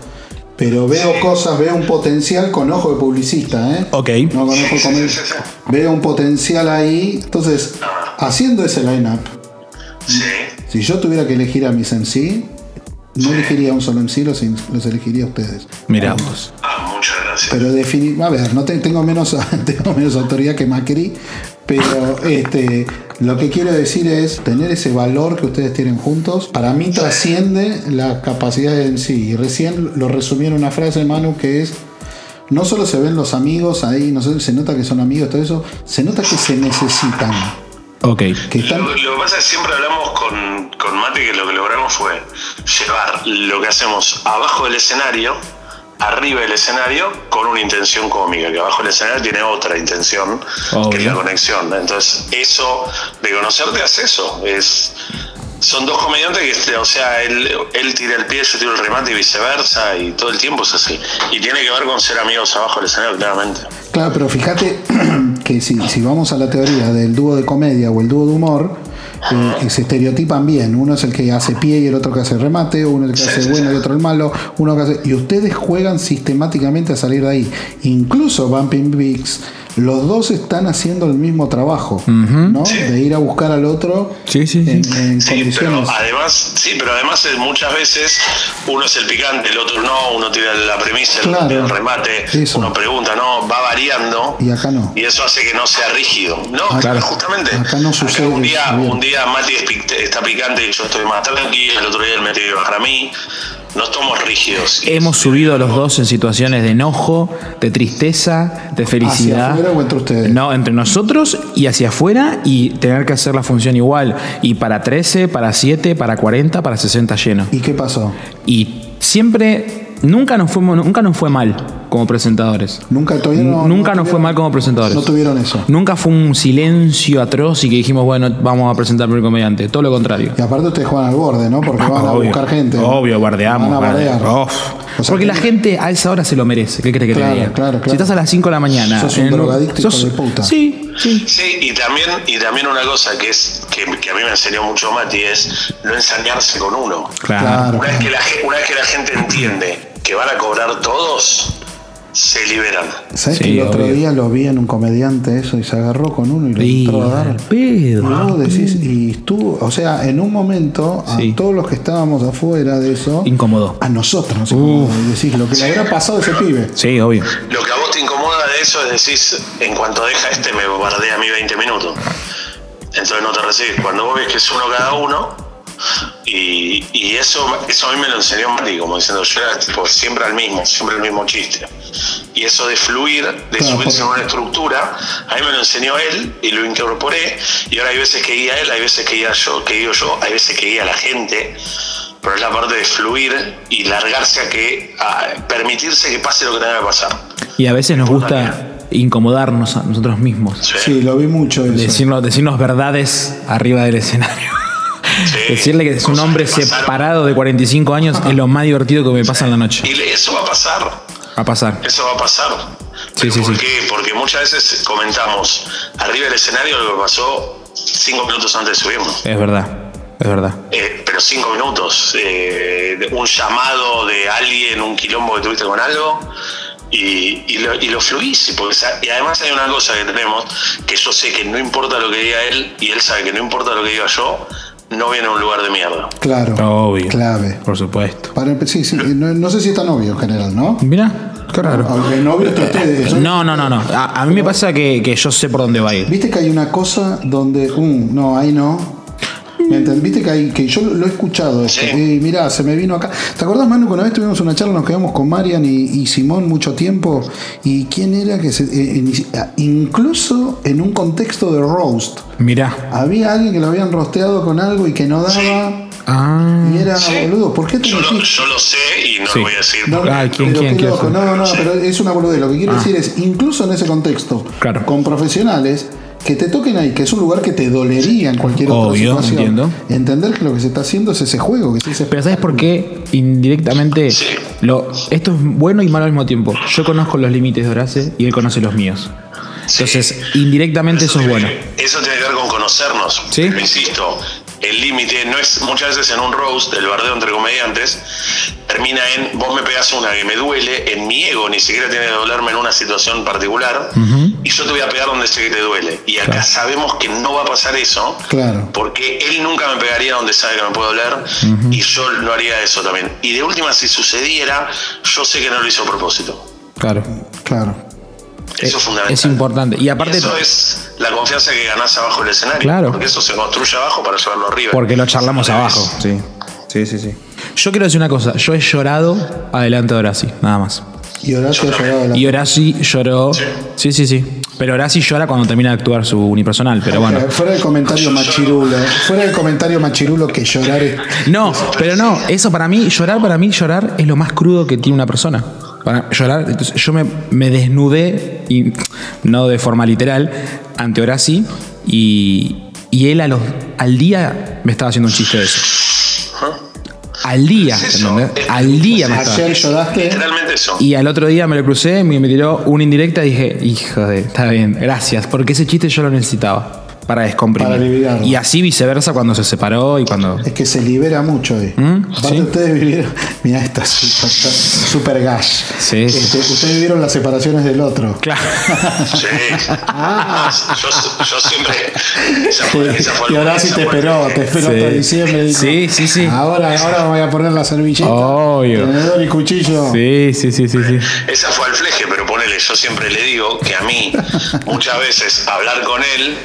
[SPEAKER 1] Pero veo cosas, veo un potencial con ojo de publicista, ¿eh?
[SPEAKER 2] Ok.
[SPEAKER 1] No con ojo de comer.
[SPEAKER 3] Sí, sí, sí,
[SPEAKER 1] Veo un potencial ahí. Entonces, haciendo ese line-up,
[SPEAKER 3] Sí.
[SPEAKER 1] Si yo tuviera que elegir a mis MC, no elegiría a un solo MC, los, los elegiría a ustedes.
[SPEAKER 2] Mirá.
[SPEAKER 3] Ah, muchas gracias.
[SPEAKER 1] Pero definitivamente, a ver, no te- tengo, menos, tengo menos autoridad que Macri, pero este, lo que quiero decir es tener ese valor que ustedes tienen juntos. Para mí trasciende la capacidad de MC. Y recién lo resumí en una frase, Manu, que es... No solo se ven los amigos ahí, no sé, se nota que son amigos, todo eso, se nota que se necesitan.
[SPEAKER 2] Ok.
[SPEAKER 1] Que están,
[SPEAKER 3] Lo, lo que pasa es que siempre hablamos con, con Mati que lo que logramos fue llevar lo que hacemos abajo del escenario, arriba del escenario, con una intención cómica, que abajo del escenario tiene otra intención, que es la
[SPEAKER 2] Obvio.
[SPEAKER 3] conexión. Entonces, eso de conocerte es eso. Es, son dos comediantes que, este, o sea, él, él tira el pie, yo tiro el remate y viceversa, y todo el tiempo es así. Y tiene que ver con ser amigos abajo del escenario, claramente.
[SPEAKER 1] Claro, pero fíjate que si, si vamos a la teoría del dúo de comedia o el dúo de humor, eh, se estereotipan bien. Uno es el que hace pie y el otro que hace remate, uno es el que
[SPEAKER 3] Sí,
[SPEAKER 1] hace
[SPEAKER 3] sí,
[SPEAKER 1] bueno
[SPEAKER 3] sí.
[SPEAKER 1] y otro el malo, uno que hace... Y ustedes juegan sistemáticamente a salir de ahí. Incluso Bumping Bigs, los dos están haciendo el mismo trabajo, ¿no? De ir a buscar al otro
[SPEAKER 2] Sí, sí, sí.
[SPEAKER 1] en, en
[SPEAKER 3] Sí, pero
[SPEAKER 1] condiciones...
[SPEAKER 3] además, sí, pero además es- muchas veces uno es el picante, el otro no, uno tira la premisa, el otro
[SPEAKER 1] Claro.
[SPEAKER 3] tira el remate,
[SPEAKER 1] Eso.
[SPEAKER 3] uno pregunta, no, va variando.
[SPEAKER 1] Y acá no.
[SPEAKER 3] Y eso hace que no sea rígido. No,
[SPEAKER 1] Ah, claro.
[SPEAKER 3] justamente.
[SPEAKER 1] Acá no sucede
[SPEAKER 3] un, día,
[SPEAKER 1] eso, bien.
[SPEAKER 3] un día Mati es pic- está picante y yo estoy más tranquilo, el otro día él me tiene que bajar a mí. No estamos rígidos.
[SPEAKER 2] Hemos subido a los dos en situaciones de enojo, de tristeza, de felicidad.
[SPEAKER 1] afuera o entre ustedes?
[SPEAKER 2] No, entre nosotros y hacia afuera y tener que hacer la función igual. Y para 13, para 7, para 40, para 60 lleno.
[SPEAKER 1] ¿Y qué pasó?
[SPEAKER 2] Y siempre, nunca nos, fuimos, nunca nos fue mal como presentadores.
[SPEAKER 1] Nunca todavía no-
[SPEAKER 2] Nunca
[SPEAKER 1] no
[SPEAKER 2] nos fue
[SPEAKER 1] tuvieron-
[SPEAKER 2] mal como presentadores.
[SPEAKER 1] No tuvieron eso.
[SPEAKER 2] Nunca fue un silencio atroz y que dijimos, bueno, vamos a presentar por el comediante. Todo lo contrario.
[SPEAKER 1] Y aparte ustedes juegan al borde, ¿no? Porque van a
[SPEAKER 2] Ah, Obvio.
[SPEAKER 1] buscar gente.
[SPEAKER 2] Obvio, bardeamos.
[SPEAKER 1] Van a
[SPEAKER 2] bardeamos.
[SPEAKER 1] bardear.
[SPEAKER 2] Uf.
[SPEAKER 1] O sea,
[SPEAKER 2] Porque
[SPEAKER 1] que-
[SPEAKER 2] la gente a esa hora se lo merece. ¿Qué crees que
[SPEAKER 1] Claro,
[SPEAKER 2] te diga?
[SPEAKER 1] claro, claro.
[SPEAKER 2] Si estás a las 5 de la mañana.
[SPEAKER 1] Sos un
[SPEAKER 2] en el-
[SPEAKER 1] drogadicto, hijo de puta.
[SPEAKER 2] Sí, sí.
[SPEAKER 3] Sí, y también, y también una cosa que es que, que a mí me enseñó mucho Mati es no ensañarse con uno.
[SPEAKER 1] Claro.
[SPEAKER 3] Una vez, que la, ge- una vez que la gente entiende que van a cobrar todos, se liberan.
[SPEAKER 1] ¿Sabes
[SPEAKER 2] Sí,
[SPEAKER 1] que el otro
[SPEAKER 2] obvio.
[SPEAKER 1] día lo vi en un comediante eso y se agarró con uno y le
[SPEAKER 2] Y
[SPEAKER 1] entró a dar?
[SPEAKER 2] al pedo.
[SPEAKER 1] Y vos decís, y estuvo, o sea, en un momento a
[SPEAKER 2] Sí.
[SPEAKER 1] todos los que estábamos afuera de eso,
[SPEAKER 2] Incomodó.
[SPEAKER 1] a nosotros nos incomodó. Y decís, lo que le habrá pasado a ese pibe.
[SPEAKER 2] Sí, obvio.
[SPEAKER 3] Lo que a vos te incomoda de eso es decís, en cuanto deja este me bombardea a mí 20 minutos. Entonces no te recibes. Cuando vos ves que es uno cada uno, y, y eso, eso a mí me lo enseñó Mati, como diciendo, yo era tipo, siempre al mismo, siempre el mismo chiste. Y eso de fluir, de
[SPEAKER 1] Claro,
[SPEAKER 3] subirse en
[SPEAKER 1] porque-
[SPEAKER 3] una estructura, a mí me lo enseñó él y lo incorporé. Y ahora hay veces que guía él, hay veces que guía yo, que guío yo, hay veces que guía la gente. Pero es la parte de fluir y largarse a que, a permitirse que pase lo que tenga que pasar.
[SPEAKER 2] Y a veces nos gusta incomodarnos a nosotros mismos.
[SPEAKER 1] Sí, lo vi mucho eso.
[SPEAKER 2] Decirnos, decirnos verdades arriba del escenario.
[SPEAKER 3] Sí.
[SPEAKER 2] Decirle que es un
[SPEAKER 3] Cosas
[SPEAKER 2] hombre
[SPEAKER 3] pasaron.
[SPEAKER 2] separado de 45 años es lo más divertido que me pasa en la noche.
[SPEAKER 3] Y le- eso va a pasar,
[SPEAKER 2] Va a pasar.
[SPEAKER 3] eso va a pasar.
[SPEAKER 2] Sí, sí,
[SPEAKER 3] ¿Por
[SPEAKER 2] sí.
[SPEAKER 3] qué? Porque muchas veces comentamos arriba del escenario lo que pasó cinco minutos antes de subirnos.
[SPEAKER 2] Es verdad. Es verdad.
[SPEAKER 3] Eh, pero cinco minutos, eh, de- un llamado de alguien, un quilombo que tuviste con algo, y, y lo, y lo fluís. y porque sa- y además hay una cosa que tenemos, que yo sé que no importa lo que diga él, y él sabe que no importa lo que diga yo, no viene a un lugar de mierda.
[SPEAKER 1] Claro.
[SPEAKER 2] Obvio.
[SPEAKER 1] Clave.
[SPEAKER 2] Por supuesto.
[SPEAKER 1] Para empe- sí, sí, no, no sé si es tan obvio en general, ¿no?
[SPEAKER 2] Mira, qué raro.
[SPEAKER 1] Aunque no obvio está ustedes. yo-
[SPEAKER 2] No, no, no, no. A, a mí me pasa que, que yo sé por dónde va a ir.
[SPEAKER 1] Viste que hay una cosa donde, um, uh, no, ahí no. ¿Me entendés? Viste que, hay- que yo lo he escuchado esto.
[SPEAKER 3] Sí.
[SPEAKER 1] Ey, mirá, se me vino acá. ¿Te acordás, Manu, que una vez tuvimos una charla, nos quedamos con Marian y, y Simón mucho tiempo? ¿Y quién era que se. eh, en- ah, incluso en un contexto de roast,
[SPEAKER 5] Mirá.
[SPEAKER 1] había alguien que lo habían rosteado con algo y que no daba.
[SPEAKER 5] Ah.
[SPEAKER 1] Y era,
[SPEAKER 3] Sí.
[SPEAKER 1] boludo, ¿por qué te
[SPEAKER 3] Yo lo,
[SPEAKER 1] metiste?
[SPEAKER 3] yo lo sé y no
[SPEAKER 5] Sí.
[SPEAKER 3] lo voy a decir.
[SPEAKER 1] No,
[SPEAKER 5] Ah, ¿quién,
[SPEAKER 1] pero
[SPEAKER 5] quién,
[SPEAKER 1] qué
[SPEAKER 5] quién
[SPEAKER 1] loco.
[SPEAKER 5] fue?
[SPEAKER 1] No, no, pero es una boludez. Lo que quiero decir es, incluso en ese contexto,
[SPEAKER 5] Claro.
[SPEAKER 1] con profesionales, que te toquen ahí, que es un lugar que te dolería en cualquier otra
[SPEAKER 5] Obvio,
[SPEAKER 1] situación.
[SPEAKER 5] entiendo.
[SPEAKER 1] Entender que lo que se está haciendo es ese juego, que se dice,
[SPEAKER 2] Pero ¿sabes por qué? Indirectamente,
[SPEAKER 3] Sí.
[SPEAKER 2] lo, esto es bueno y malo al mismo tiempo. Yo conozco los límites de Horace y él conoce los míos. Entonces, indirectamente eso es
[SPEAKER 3] tiene
[SPEAKER 2] bueno.
[SPEAKER 3] que- Eso tiene que ver con conocernos.
[SPEAKER 2] Sí.
[SPEAKER 3] Pero insisto, el límite no es muchas veces en un roast, el bardeo entre comediantes, termina en vos me pegás una que me duele, en mi ego ni siquiera tiene que dolerme en una situación particular, y yo te voy a pegar donde sé que te duele. Y acá sabemos que no va a pasar eso.
[SPEAKER 1] Claro.
[SPEAKER 3] Porque él nunca me pegaría donde sabe que me puede doler y yo no haría eso también. Y de última, si sucediera, yo sé que no lo hizo a propósito.
[SPEAKER 2] Claro.
[SPEAKER 1] Claro.
[SPEAKER 3] Eso es fundamental.
[SPEAKER 2] Eh, Es importante. Y aparte,
[SPEAKER 3] Eso es la confianza que ganás abajo del escenario.
[SPEAKER 2] Claro.
[SPEAKER 3] Porque eso se construye abajo para llevarlo arriba.
[SPEAKER 2] porque lo charlamos
[SPEAKER 3] Al revés.
[SPEAKER 2] abajo.
[SPEAKER 5] Sí. Sí, sí, sí.
[SPEAKER 2] Yo quiero decir una cosa. Yo he llorado adelante de Horace, nada más.
[SPEAKER 1] Y Horacio ha llegado a la.
[SPEAKER 2] Y Horace lloró. Sí, sí, sí. Pero Horace llora cuando termina de actuar su unipersonal, pero bueno.
[SPEAKER 1] Fuera del comentario machirulo. Fuera del comentario machirulo que llorar es.
[SPEAKER 2] No, pero no, eso para mí, llorar para mí, llorar es lo más crudo que tiene una persona. Para llorar, entonces yo me, me desnudé, y, no de forma literal, ante Horaci y, y él a los, al día me estaba haciendo un chiste de eso.
[SPEAKER 3] ¿Ah?
[SPEAKER 2] Al día,
[SPEAKER 3] Es eso.
[SPEAKER 2] ¿entendés?
[SPEAKER 3] Es-
[SPEAKER 2] Al día me estaba.
[SPEAKER 1] Ayer lloraste.
[SPEAKER 3] Literalmente eso.
[SPEAKER 2] Y al otro día me lo crucé, me me tiró una indirecta y dije, hijo de, está bien, gracias, porque ese chiste yo lo necesitaba para descomprimir.
[SPEAKER 1] Para aliviarlo.
[SPEAKER 2] y así viceversa cuando se separó y cuando...
[SPEAKER 1] Es que se libera mucho ahí.
[SPEAKER 5] ¿Mm?
[SPEAKER 1] Aparte ustedes vivieron. Mirá esta super, super gas.
[SPEAKER 2] Sí.
[SPEAKER 1] Este, ustedes vivieron las separaciones del otro. Ah.
[SPEAKER 2] Claro.
[SPEAKER 3] Sí. Yo, yo siempre. Esa fue, esa fue
[SPEAKER 1] Pues, Y ahora sí
[SPEAKER 3] esa
[SPEAKER 1] te
[SPEAKER 3] fue-
[SPEAKER 1] esperó, te esperó hasta diciembre. dijo,
[SPEAKER 2] Sí, sí, sí.
[SPEAKER 1] Ahora, ahora me voy a poner la servilleta.
[SPEAKER 2] Obvio.
[SPEAKER 1] Tenedor y cuchillo.
[SPEAKER 2] Sí, sí, sí, sí, sí.
[SPEAKER 3] Esa fue al fleje, pero ponele, yo siempre le digo que a mí, muchas veces, hablar con él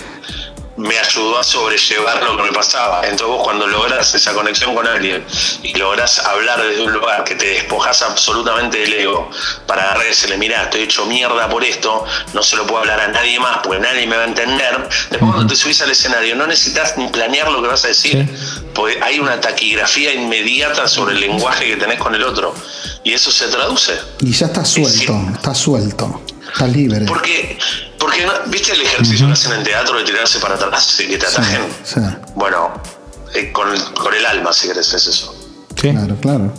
[SPEAKER 3] me ayudó a sobrellevar lo que me pasaba. Entonces vos cuando lográs esa conexión con alguien y lográs hablar desde un lugar que te despojas absolutamente del ego para agarrar y decirle, mirá, estoy hecho mierda por esto, no se lo puedo hablar a nadie más porque nadie me va a entender. Después cuando te subís al escenario no necesitas ni planear lo que vas a decir, porque hay una taquigrafía inmediata sobre el lenguaje que tenés con el otro y eso se traduce.
[SPEAKER 1] Y ya está suelto, está suelto, está libre.
[SPEAKER 3] Porque, porque no- ¿viste el ejercicio que hacen en teatro de tirarse para atrás y que te atajen?
[SPEAKER 1] Sí,
[SPEAKER 3] Bueno, eh, con, con el alma, si querés, es eso.
[SPEAKER 1] claro, claro.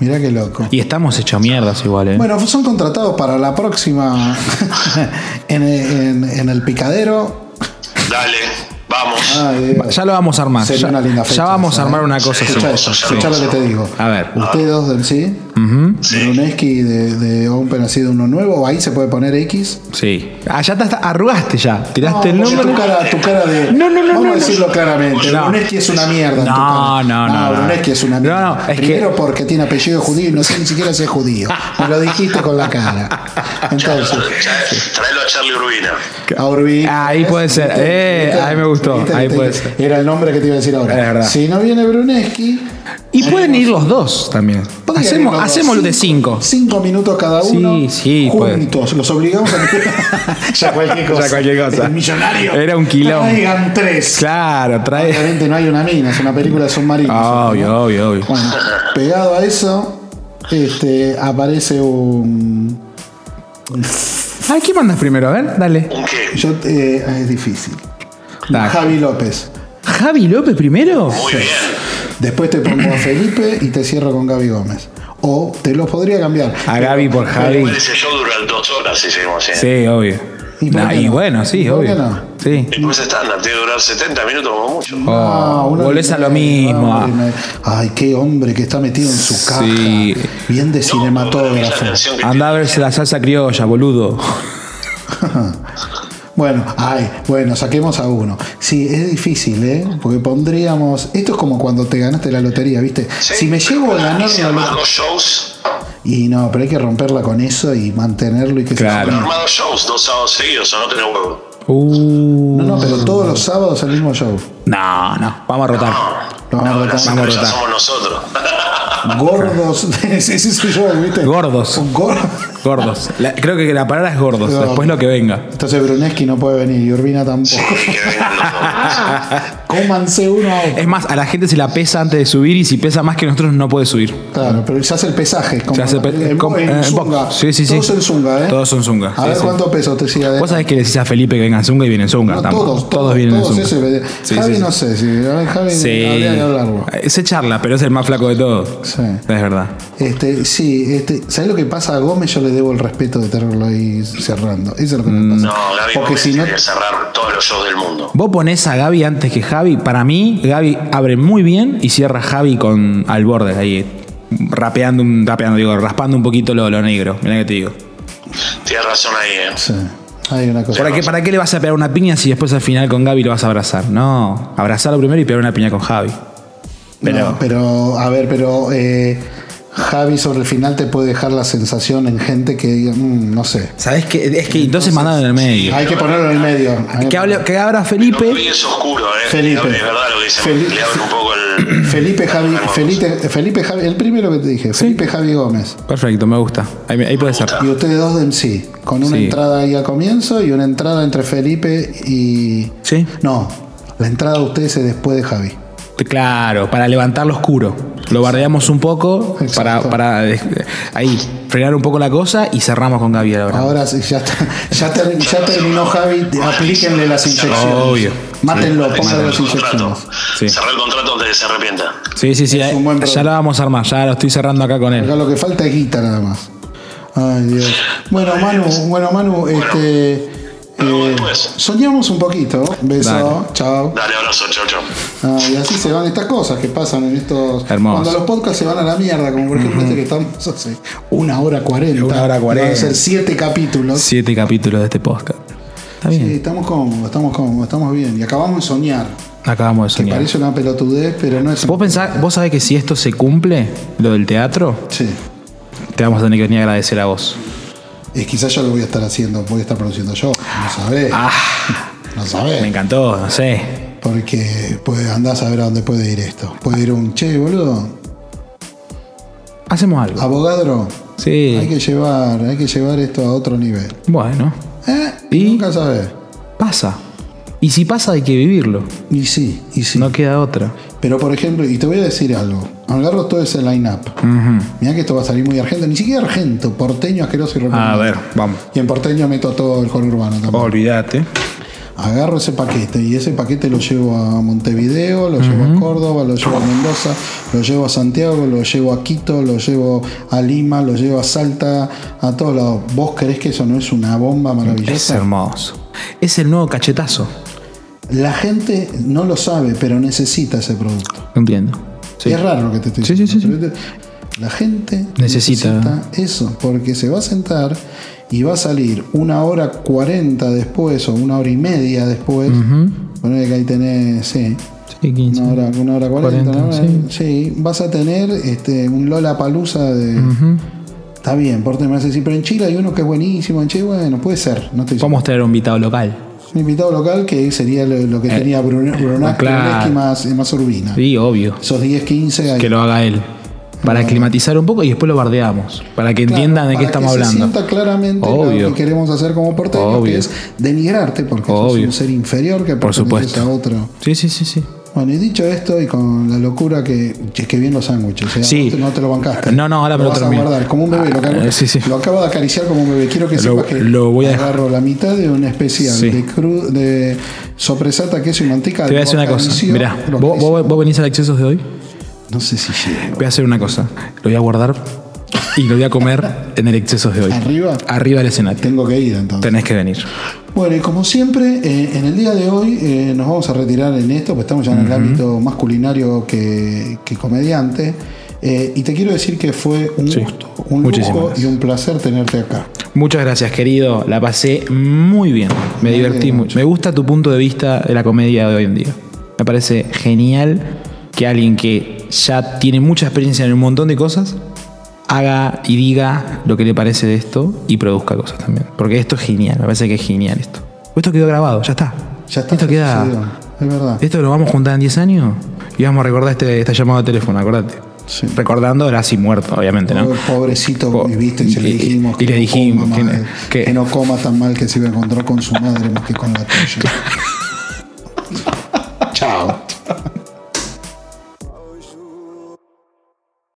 [SPEAKER 1] Mirá qué loco.
[SPEAKER 2] Y estamos hechos mierdas igual, ¿eh?
[SPEAKER 1] Bueno, pues son contratados para la próxima en, en- en el picadero.
[SPEAKER 3] Dale, vamos.
[SPEAKER 1] Ah, eh,
[SPEAKER 2] ya lo vamos a armar.
[SPEAKER 1] sería
[SPEAKER 2] Ya,
[SPEAKER 1] una linda
[SPEAKER 2] ya
[SPEAKER 1] fecha,
[SPEAKER 2] vamos a
[SPEAKER 1] ¿sabes?
[SPEAKER 2] armar una cosa así.
[SPEAKER 1] Escuchá,
[SPEAKER 3] sí.
[SPEAKER 1] eso, escuchá lo que te digo.
[SPEAKER 2] A ver.
[SPEAKER 1] Ustedes dos del sí, Bruneski de, de Open ha sido uno nuevo, ahí se puede poner X.
[SPEAKER 2] Sí. Ah, ya te hasta- arrugaste ya.
[SPEAKER 1] No,
[SPEAKER 2] Tiraste
[SPEAKER 1] porque
[SPEAKER 2] el
[SPEAKER 1] tu
[SPEAKER 2] nombre.
[SPEAKER 1] cara, tu cara de.
[SPEAKER 2] No, no, no,
[SPEAKER 1] Vamos
[SPEAKER 2] no,
[SPEAKER 1] a
[SPEAKER 2] no.
[SPEAKER 1] decirlo claramente.
[SPEAKER 2] No.
[SPEAKER 1] Bruneski es una mierda. en tu
[SPEAKER 2] No,
[SPEAKER 1] cara.
[SPEAKER 2] no, no, no.
[SPEAKER 1] Bruneski es una
[SPEAKER 2] No,
[SPEAKER 1] mierda.
[SPEAKER 2] no, es que-
[SPEAKER 1] Primero porque tiene apellido judío y no sé ni siquiera si es judío. Me lo dijiste con la cara. Entonces,
[SPEAKER 3] Tra- Traelo Eh, a Charlie Urbina.
[SPEAKER 1] a Urbi.
[SPEAKER 2] Ahí puede ser. Eh, ahí me gustó.
[SPEAKER 1] Viste,
[SPEAKER 2] Ahí
[SPEAKER 1] viste,
[SPEAKER 2] puede
[SPEAKER 1] viste.
[SPEAKER 2] ser.
[SPEAKER 1] Era el nombre que te iba a decir ahora.
[SPEAKER 2] Es verdad.
[SPEAKER 1] Si no viene Bruneski.
[SPEAKER 2] Y pueden ir los dos también.
[SPEAKER 1] eh, podrían ir los
[SPEAKER 2] Hacemos,
[SPEAKER 1] dos.
[SPEAKER 2] hacemos lo de cinco.
[SPEAKER 1] Cinco minutos cada
[SPEAKER 2] Sí,
[SPEAKER 1] uno.
[SPEAKER 2] sí, puede.
[SPEAKER 1] juntos. Los obligamos a. ya cualquier cosa.
[SPEAKER 2] Ya cualquier cosa.
[SPEAKER 1] El millonario.
[SPEAKER 2] Era un quilombo.
[SPEAKER 1] Traigan tres.
[SPEAKER 2] Claro, trae.
[SPEAKER 1] Obviamente no hay una mina, es una película de submarinos.
[SPEAKER 2] Obvio, obvio, obvio.
[SPEAKER 1] Bueno, pegado a eso, este, aparece un. Ah,
[SPEAKER 2] A ver, ¿qué mandas primero? A ver, dale.
[SPEAKER 3] ¿Un qué?
[SPEAKER 1] Yo, eh, es difícil.
[SPEAKER 2] Dale.
[SPEAKER 1] Javi López.
[SPEAKER 2] ¿Javi López primero?
[SPEAKER 3] Muy bien.
[SPEAKER 1] Después te pongo a Felipe y te cierro con Gaby Gómez. O te los podría cambiar.
[SPEAKER 2] A Gaby por Javi.
[SPEAKER 3] Igual Ese show dura dos horas si seguimos así.
[SPEAKER 2] Sí, obvio.
[SPEAKER 1] ¿Y por
[SPEAKER 2] Nah,
[SPEAKER 1] qué
[SPEAKER 2] y
[SPEAKER 1] no?
[SPEAKER 2] bueno,
[SPEAKER 1] ¿Y
[SPEAKER 2] sí,
[SPEAKER 1] por qué
[SPEAKER 2] obvio.
[SPEAKER 1] no?
[SPEAKER 2] Sí.
[SPEAKER 3] Y pues estándar, tiene que durar 70 minutos como mucho.
[SPEAKER 1] Ah, una
[SPEAKER 2] Oh,
[SPEAKER 1] Ah,
[SPEAKER 2] volvés a lo
[SPEAKER 1] hora y media,
[SPEAKER 2] mismo.
[SPEAKER 1] una hora y media. Ay, qué hombre que está metido en su caja.
[SPEAKER 2] Sí.
[SPEAKER 1] Bien de
[SPEAKER 3] Para mí la
[SPEAKER 1] cinematógrafo.
[SPEAKER 3] canción que
[SPEAKER 2] Anda a verse la salsa criolla, boludo.
[SPEAKER 1] Bueno, ay, bueno, saquemos a uno. Sí, es difícil, ¿eh? Porque pondríamos. Esto es como cuando te ganaste la lotería, ¿viste?
[SPEAKER 3] Sí.
[SPEAKER 1] Si me llevo a ganar
[SPEAKER 3] Si
[SPEAKER 1] la
[SPEAKER 3] armás
[SPEAKER 1] lotería.
[SPEAKER 3] dos shows,
[SPEAKER 1] Y no, pero hay que romperla con eso y mantenerlo y que se-
[SPEAKER 2] Claro.
[SPEAKER 3] armado shows dos sábados seguidos, o no tenés huevo.
[SPEAKER 2] Uh,
[SPEAKER 1] No, no, pero todos los sábados el mismo show.
[SPEAKER 2] No, no, vamos a rotar.
[SPEAKER 1] No,
[SPEAKER 3] No, la
[SPEAKER 1] no,
[SPEAKER 3] sangre ya
[SPEAKER 2] rotar.
[SPEAKER 3] somos nosotros.
[SPEAKER 1] gordos. Ese es el show, ¿viste?
[SPEAKER 2] Gordos.
[SPEAKER 1] Gor-
[SPEAKER 2] Gordos. La- creo que la palabra es gordos.
[SPEAKER 1] Gordos.
[SPEAKER 2] Después lo que venga.
[SPEAKER 1] Entonces Bruneski no puede venir y Urbina tampoco.
[SPEAKER 3] que vengan los dos.
[SPEAKER 1] Cómanse uno a otro.
[SPEAKER 2] Es más, a la gente se la pesa antes de subir y si pesa más que nosotros no puede subir.
[SPEAKER 1] Claro, pero se hace el pesaje. como
[SPEAKER 2] hace el pe-
[SPEAKER 1] en,
[SPEAKER 2] com-
[SPEAKER 1] en
[SPEAKER 2] eh, en
[SPEAKER 1] zunga.
[SPEAKER 2] box. Sí, sí, sí.
[SPEAKER 1] Todos en zunga, ¿eh?
[SPEAKER 2] Todos son zunga.
[SPEAKER 1] A
[SPEAKER 2] sí,
[SPEAKER 1] ver
[SPEAKER 2] sí.
[SPEAKER 1] cuánto peso te sigue adentro.
[SPEAKER 2] Vos sabés que le decís a Felipe que venga en zunga y viene en zunga.
[SPEAKER 1] No,
[SPEAKER 2] tampoco.
[SPEAKER 1] todos, todos,
[SPEAKER 2] vienen
[SPEAKER 1] todos
[SPEAKER 2] en zunga.
[SPEAKER 1] ese- eh,
[SPEAKER 2] Sí,
[SPEAKER 1] Javi
[SPEAKER 2] sí, sí.
[SPEAKER 1] no sé, si Javi
[SPEAKER 2] Sí. Eh,
[SPEAKER 1] habría que hablarlo.
[SPEAKER 2] Se charla, pero es el más flaco de todos.
[SPEAKER 1] Sí.
[SPEAKER 2] Es verdad.
[SPEAKER 1] Este, sí, este, ¿sabés lo que pasa a Gómez? Yo le debo el respeto de tenerlo ahí cerrando. Eso es lo que me pasa.
[SPEAKER 3] No, Gaby
[SPEAKER 1] Porque
[SPEAKER 3] Gómez
[SPEAKER 1] si no,
[SPEAKER 3] tiene que cerrar todos los shows del mundo.
[SPEAKER 2] Vos ponés a Gaby antes que Javi. Para mí, Gaby abre muy bien y cierra Javi con al borde ahí. Rapeando, un- rapeando, digo, raspando un poquito lo, lo negro. Mirá que te digo.
[SPEAKER 3] Tienes razón ahí, ¿eh?
[SPEAKER 1] sí, hay una cosa.
[SPEAKER 2] ¿Para qué, ¿Para qué le vas a pegar una piña si después al final con Gaby lo vas a abrazar? No, abrazarlo primero y pegar una piña con Javi.
[SPEAKER 1] pero, pero, a ver, pero eh, Javi sobre el final te puede dejar la sensación en gente que diga, "Mm, no sé.
[SPEAKER 2] ¿Sabes qué? Es que entonces mandalo en el medio.
[SPEAKER 1] Hay que ponerlo en el medio. Hay
[SPEAKER 2] Que,
[SPEAKER 1] que
[SPEAKER 2] hable, que abra
[SPEAKER 3] Lo
[SPEAKER 2] Felipe.
[SPEAKER 3] vi es oscuro, ¿eh?
[SPEAKER 1] Felipe.
[SPEAKER 3] Le abre, Es verdad lo que dicen.
[SPEAKER 1] Felipe.
[SPEAKER 3] Le abre un poco el.
[SPEAKER 1] Felipe Javi, Felipe, Felipe Javi, el primero que te dije, Felipe Javi Gómez.
[SPEAKER 2] Perfecto, me gusta. Ahí, ahí puede ser.
[SPEAKER 1] Y ustedes dos de MC, con una
[SPEAKER 2] Sí.
[SPEAKER 1] entrada ahí al comienzo y una entrada entre Felipe y.
[SPEAKER 2] Sí.
[SPEAKER 1] No, la entrada de ustedes es después de Javi.
[SPEAKER 2] Claro, para levantar lo oscuro. Lo bardeamos un poco para,
[SPEAKER 1] Exacto.
[SPEAKER 2] para eh, ahí, frenar un poco la cosa y cerramos con Gaby ahora.
[SPEAKER 1] Ahora sí, ya, está- ya, ter- ya terminó Javi, aplíquenle las inyecciones.
[SPEAKER 2] Obvio.
[SPEAKER 1] Mátenlo, pónganle las
[SPEAKER 3] Cerrar el
[SPEAKER 1] inyecciones.
[SPEAKER 3] contrato.
[SPEAKER 2] Sí.
[SPEAKER 3] Cerrar el contrato antes de que se arrepienta.
[SPEAKER 2] Sí, sí, sí.
[SPEAKER 1] Es
[SPEAKER 2] ahí-
[SPEAKER 1] un buen
[SPEAKER 2] ya
[SPEAKER 1] producto.
[SPEAKER 2] lo vamos a armar, ya lo estoy cerrando acá con
[SPEAKER 1] Acá
[SPEAKER 2] él.
[SPEAKER 1] lo que falta es guita nada más. Ay, Dios. Bueno, Manu, bueno, Manu, este.
[SPEAKER 3] luego
[SPEAKER 1] eh,
[SPEAKER 3] después.
[SPEAKER 1] soñamos un poquito. Beso,
[SPEAKER 2] Dale.
[SPEAKER 1] chao.
[SPEAKER 3] Dale, abrazo, chao, chao.
[SPEAKER 1] Ah, y así se van estas cosas que pasan en estos.
[SPEAKER 2] Hermoso.
[SPEAKER 1] Cuando los podcasts se van a la mierda, como por ejemplo este que estamos hace una hora cuarenta.
[SPEAKER 2] Una hora cuarenta.
[SPEAKER 1] Van a ser siete capítulos.
[SPEAKER 2] Siete capítulos de este podcast. Está bien.
[SPEAKER 1] Sí, estamos cómodos, estamos cómodos, estamos bien. Y acabamos de soñar.
[SPEAKER 2] Acabamos de soñar.
[SPEAKER 1] Parece una pelotudez, pero no es.
[SPEAKER 2] ¿Vos pensás, vos sabés que si esto se cumple, lo del teatro,
[SPEAKER 1] Sí.
[SPEAKER 2] te vamos a tener que venir a agradecer a vos.
[SPEAKER 1] Eh, quizás yo lo voy a estar haciendo, voy a estar produciendo yo. No sabés. No
[SPEAKER 2] Ah, Me
[SPEAKER 1] sabés.
[SPEAKER 2] encantó, no sé.
[SPEAKER 1] Porque puede, andás a ver a dónde puede ir esto. Puede ir un che, boludo.
[SPEAKER 2] Hacemos algo.
[SPEAKER 1] Abogadro. Hay
[SPEAKER 2] Sí.
[SPEAKER 1] que llevar, hay que llevar esto a otro nivel.
[SPEAKER 2] Bueno,
[SPEAKER 1] ¿Eh?
[SPEAKER 2] ¿Y?
[SPEAKER 1] Nunca sabés.
[SPEAKER 2] pasa. Y si pasa, hay que vivirlo.
[SPEAKER 1] Y sí, y sí.
[SPEAKER 2] No queda otra.
[SPEAKER 1] Pero por ejemplo, y te voy a decir algo, agarro todo ese line-up. Mirá que esto va a salir muy argento, ni siquiera argento, porteño, asqueroso y
[SPEAKER 2] A
[SPEAKER 1] repugnante.
[SPEAKER 2] ver, vamos.
[SPEAKER 1] Y en porteño meto todo el conurbano también.
[SPEAKER 2] Olvídate.
[SPEAKER 1] Agarro ese paquete y ese paquete lo llevo a Montevideo, lo llevo a Córdoba, lo llevo a Mendoza, lo llevo a Santiago, lo llevo a Quito, lo llevo a Lima, lo llevo a Salta, a todos lados. ¿Vos creés que eso no es una bomba
[SPEAKER 2] Es
[SPEAKER 1] maravillosa?
[SPEAKER 2] hermoso. Es el nuevo cachetazo.
[SPEAKER 1] La gente no lo sabe, pero necesita ese producto.
[SPEAKER 2] Entiendo. Sí.
[SPEAKER 1] Es raro lo que te estoy
[SPEAKER 2] Sí,
[SPEAKER 1] diciendo.
[SPEAKER 2] sí, sí,
[SPEAKER 1] pero te- La gente
[SPEAKER 2] Necesita.
[SPEAKER 1] eso, porque se va a sentar y va a salir una hora cuarenta después o una hora y media después. Ponele que ahí tenés, sí,
[SPEAKER 2] Sí, 15.
[SPEAKER 1] una hora, una hora cuarenta.
[SPEAKER 2] 40,
[SPEAKER 1] ¿no? sí. vas a tener este, un Lola Palusa de. Está bien, porte me hace decir, pero en Chile hay uno que es buenísimo. En Chile, bueno, puede ser. No estoy
[SPEAKER 2] Vamos a traer un invitado local.
[SPEAKER 1] Un invitado local que sería lo, lo que tenía Bruno
[SPEAKER 2] Eh, claro.
[SPEAKER 1] más, más Urbina.
[SPEAKER 2] Sí, obvio.
[SPEAKER 1] Esos 10, 15 hay.
[SPEAKER 2] Que lo haga él. Para climatizar un poco y después lo bardeamos. Para que entiendan de qué
[SPEAKER 1] Para
[SPEAKER 2] estamos
[SPEAKER 1] que Se
[SPEAKER 2] hablando.
[SPEAKER 1] sienta claramente
[SPEAKER 2] Obvio.
[SPEAKER 1] lo que queremos hacer como porteño,
[SPEAKER 2] Obvio.
[SPEAKER 1] que es denigrarte porque sos
[SPEAKER 2] Obvio.
[SPEAKER 1] un ser inferior que
[SPEAKER 2] Por
[SPEAKER 1] perteneces
[SPEAKER 2] supuesto.
[SPEAKER 1] a otro.
[SPEAKER 2] Sí, sí, sí, sí.
[SPEAKER 1] Bueno, y dicho esto, y con la locura que. Che, que bien los sándwiches. ¿eh?
[SPEAKER 2] Sí.
[SPEAKER 1] Vos te- No te lo bancaste.
[SPEAKER 2] No, no, ahora me lo
[SPEAKER 1] vas a
[SPEAKER 2] termino.
[SPEAKER 1] guardar como un bebé. Lo acabo,
[SPEAKER 2] Ah, sí, sí.
[SPEAKER 1] lo acabo de acariciar como un bebé. Quiero que
[SPEAKER 2] Lo-
[SPEAKER 1] sepas que
[SPEAKER 2] lo voy a dejar.
[SPEAKER 1] agarro la mitad de un especial
[SPEAKER 2] Sí.
[SPEAKER 1] de, cru- de sopresata, queso y manteca.
[SPEAKER 2] Te voy a
[SPEAKER 1] lo
[SPEAKER 2] decir una cosa.
[SPEAKER 1] acaricio,
[SPEAKER 2] Mirá,
[SPEAKER 1] lo
[SPEAKER 2] vos,
[SPEAKER 1] acaricio.
[SPEAKER 2] vos- vos venís al excesos de hoy.
[SPEAKER 1] No sé si llego.
[SPEAKER 2] Voy a hacer una cosa. Lo voy a guardar y lo voy a comer en el excesos de hoy.
[SPEAKER 1] Arriba.
[SPEAKER 2] Arriba del escenario.
[SPEAKER 1] Tengo que ir entonces.
[SPEAKER 2] Tenés que venir.
[SPEAKER 1] Bueno, y como siempre, eh, en el día de hoy eh, nos vamos a retirar en esto, porque estamos ya en el ámbito más culinario que, que comediante. Eh, y te quiero decir que fue un gusto, un
[SPEAKER 2] Muchísimas
[SPEAKER 1] lujo
[SPEAKER 2] gracias.
[SPEAKER 1] y un placer tenerte acá.
[SPEAKER 2] Muchas gracias, querido. La pasé muy bien. Me
[SPEAKER 1] Muy
[SPEAKER 2] divertí
[SPEAKER 1] bien,
[SPEAKER 2] mucho. Me gusta tu punto de vista de la comedia de hoy en día. Me parece genial que alguien que ya tiene mucha experiencia en un montón de cosas haga y diga lo que le parece de esto y produzca cosas también. Porque esto es genial. Me parece que es genial esto. Esto quedó grabado, ya está.
[SPEAKER 1] Ya está
[SPEAKER 2] Esto queda-
[SPEAKER 1] fallecido. Es verdad.
[SPEAKER 2] Esto lo vamos a juntar en 10 años y vamos a recordar este, esta llamada de teléfono, acordate.
[SPEAKER 1] Sí.
[SPEAKER 2] Recordando, era así muerto, obviamente, ¿no?
[SPEAKER 1] Pobre- Pobrecito
[SPEAKER 2] Po-
[SPEAKER 1] viviste y se le
[SPEAKER 2] y-
[SPEAKER 1] dijimos
[SPEAKER 2] y le
[SPEAKER 1] no
[SPEAKER 2] dijimos
[SPEAKER 1] coma
[SPEAKER 2] que-
[SPEAKER 1] mal,
[SPEAKER 2] que-
[SPEAKER 1] que no coma tan mal que se iba a encontrar con su madre más que con la tuya. Chao.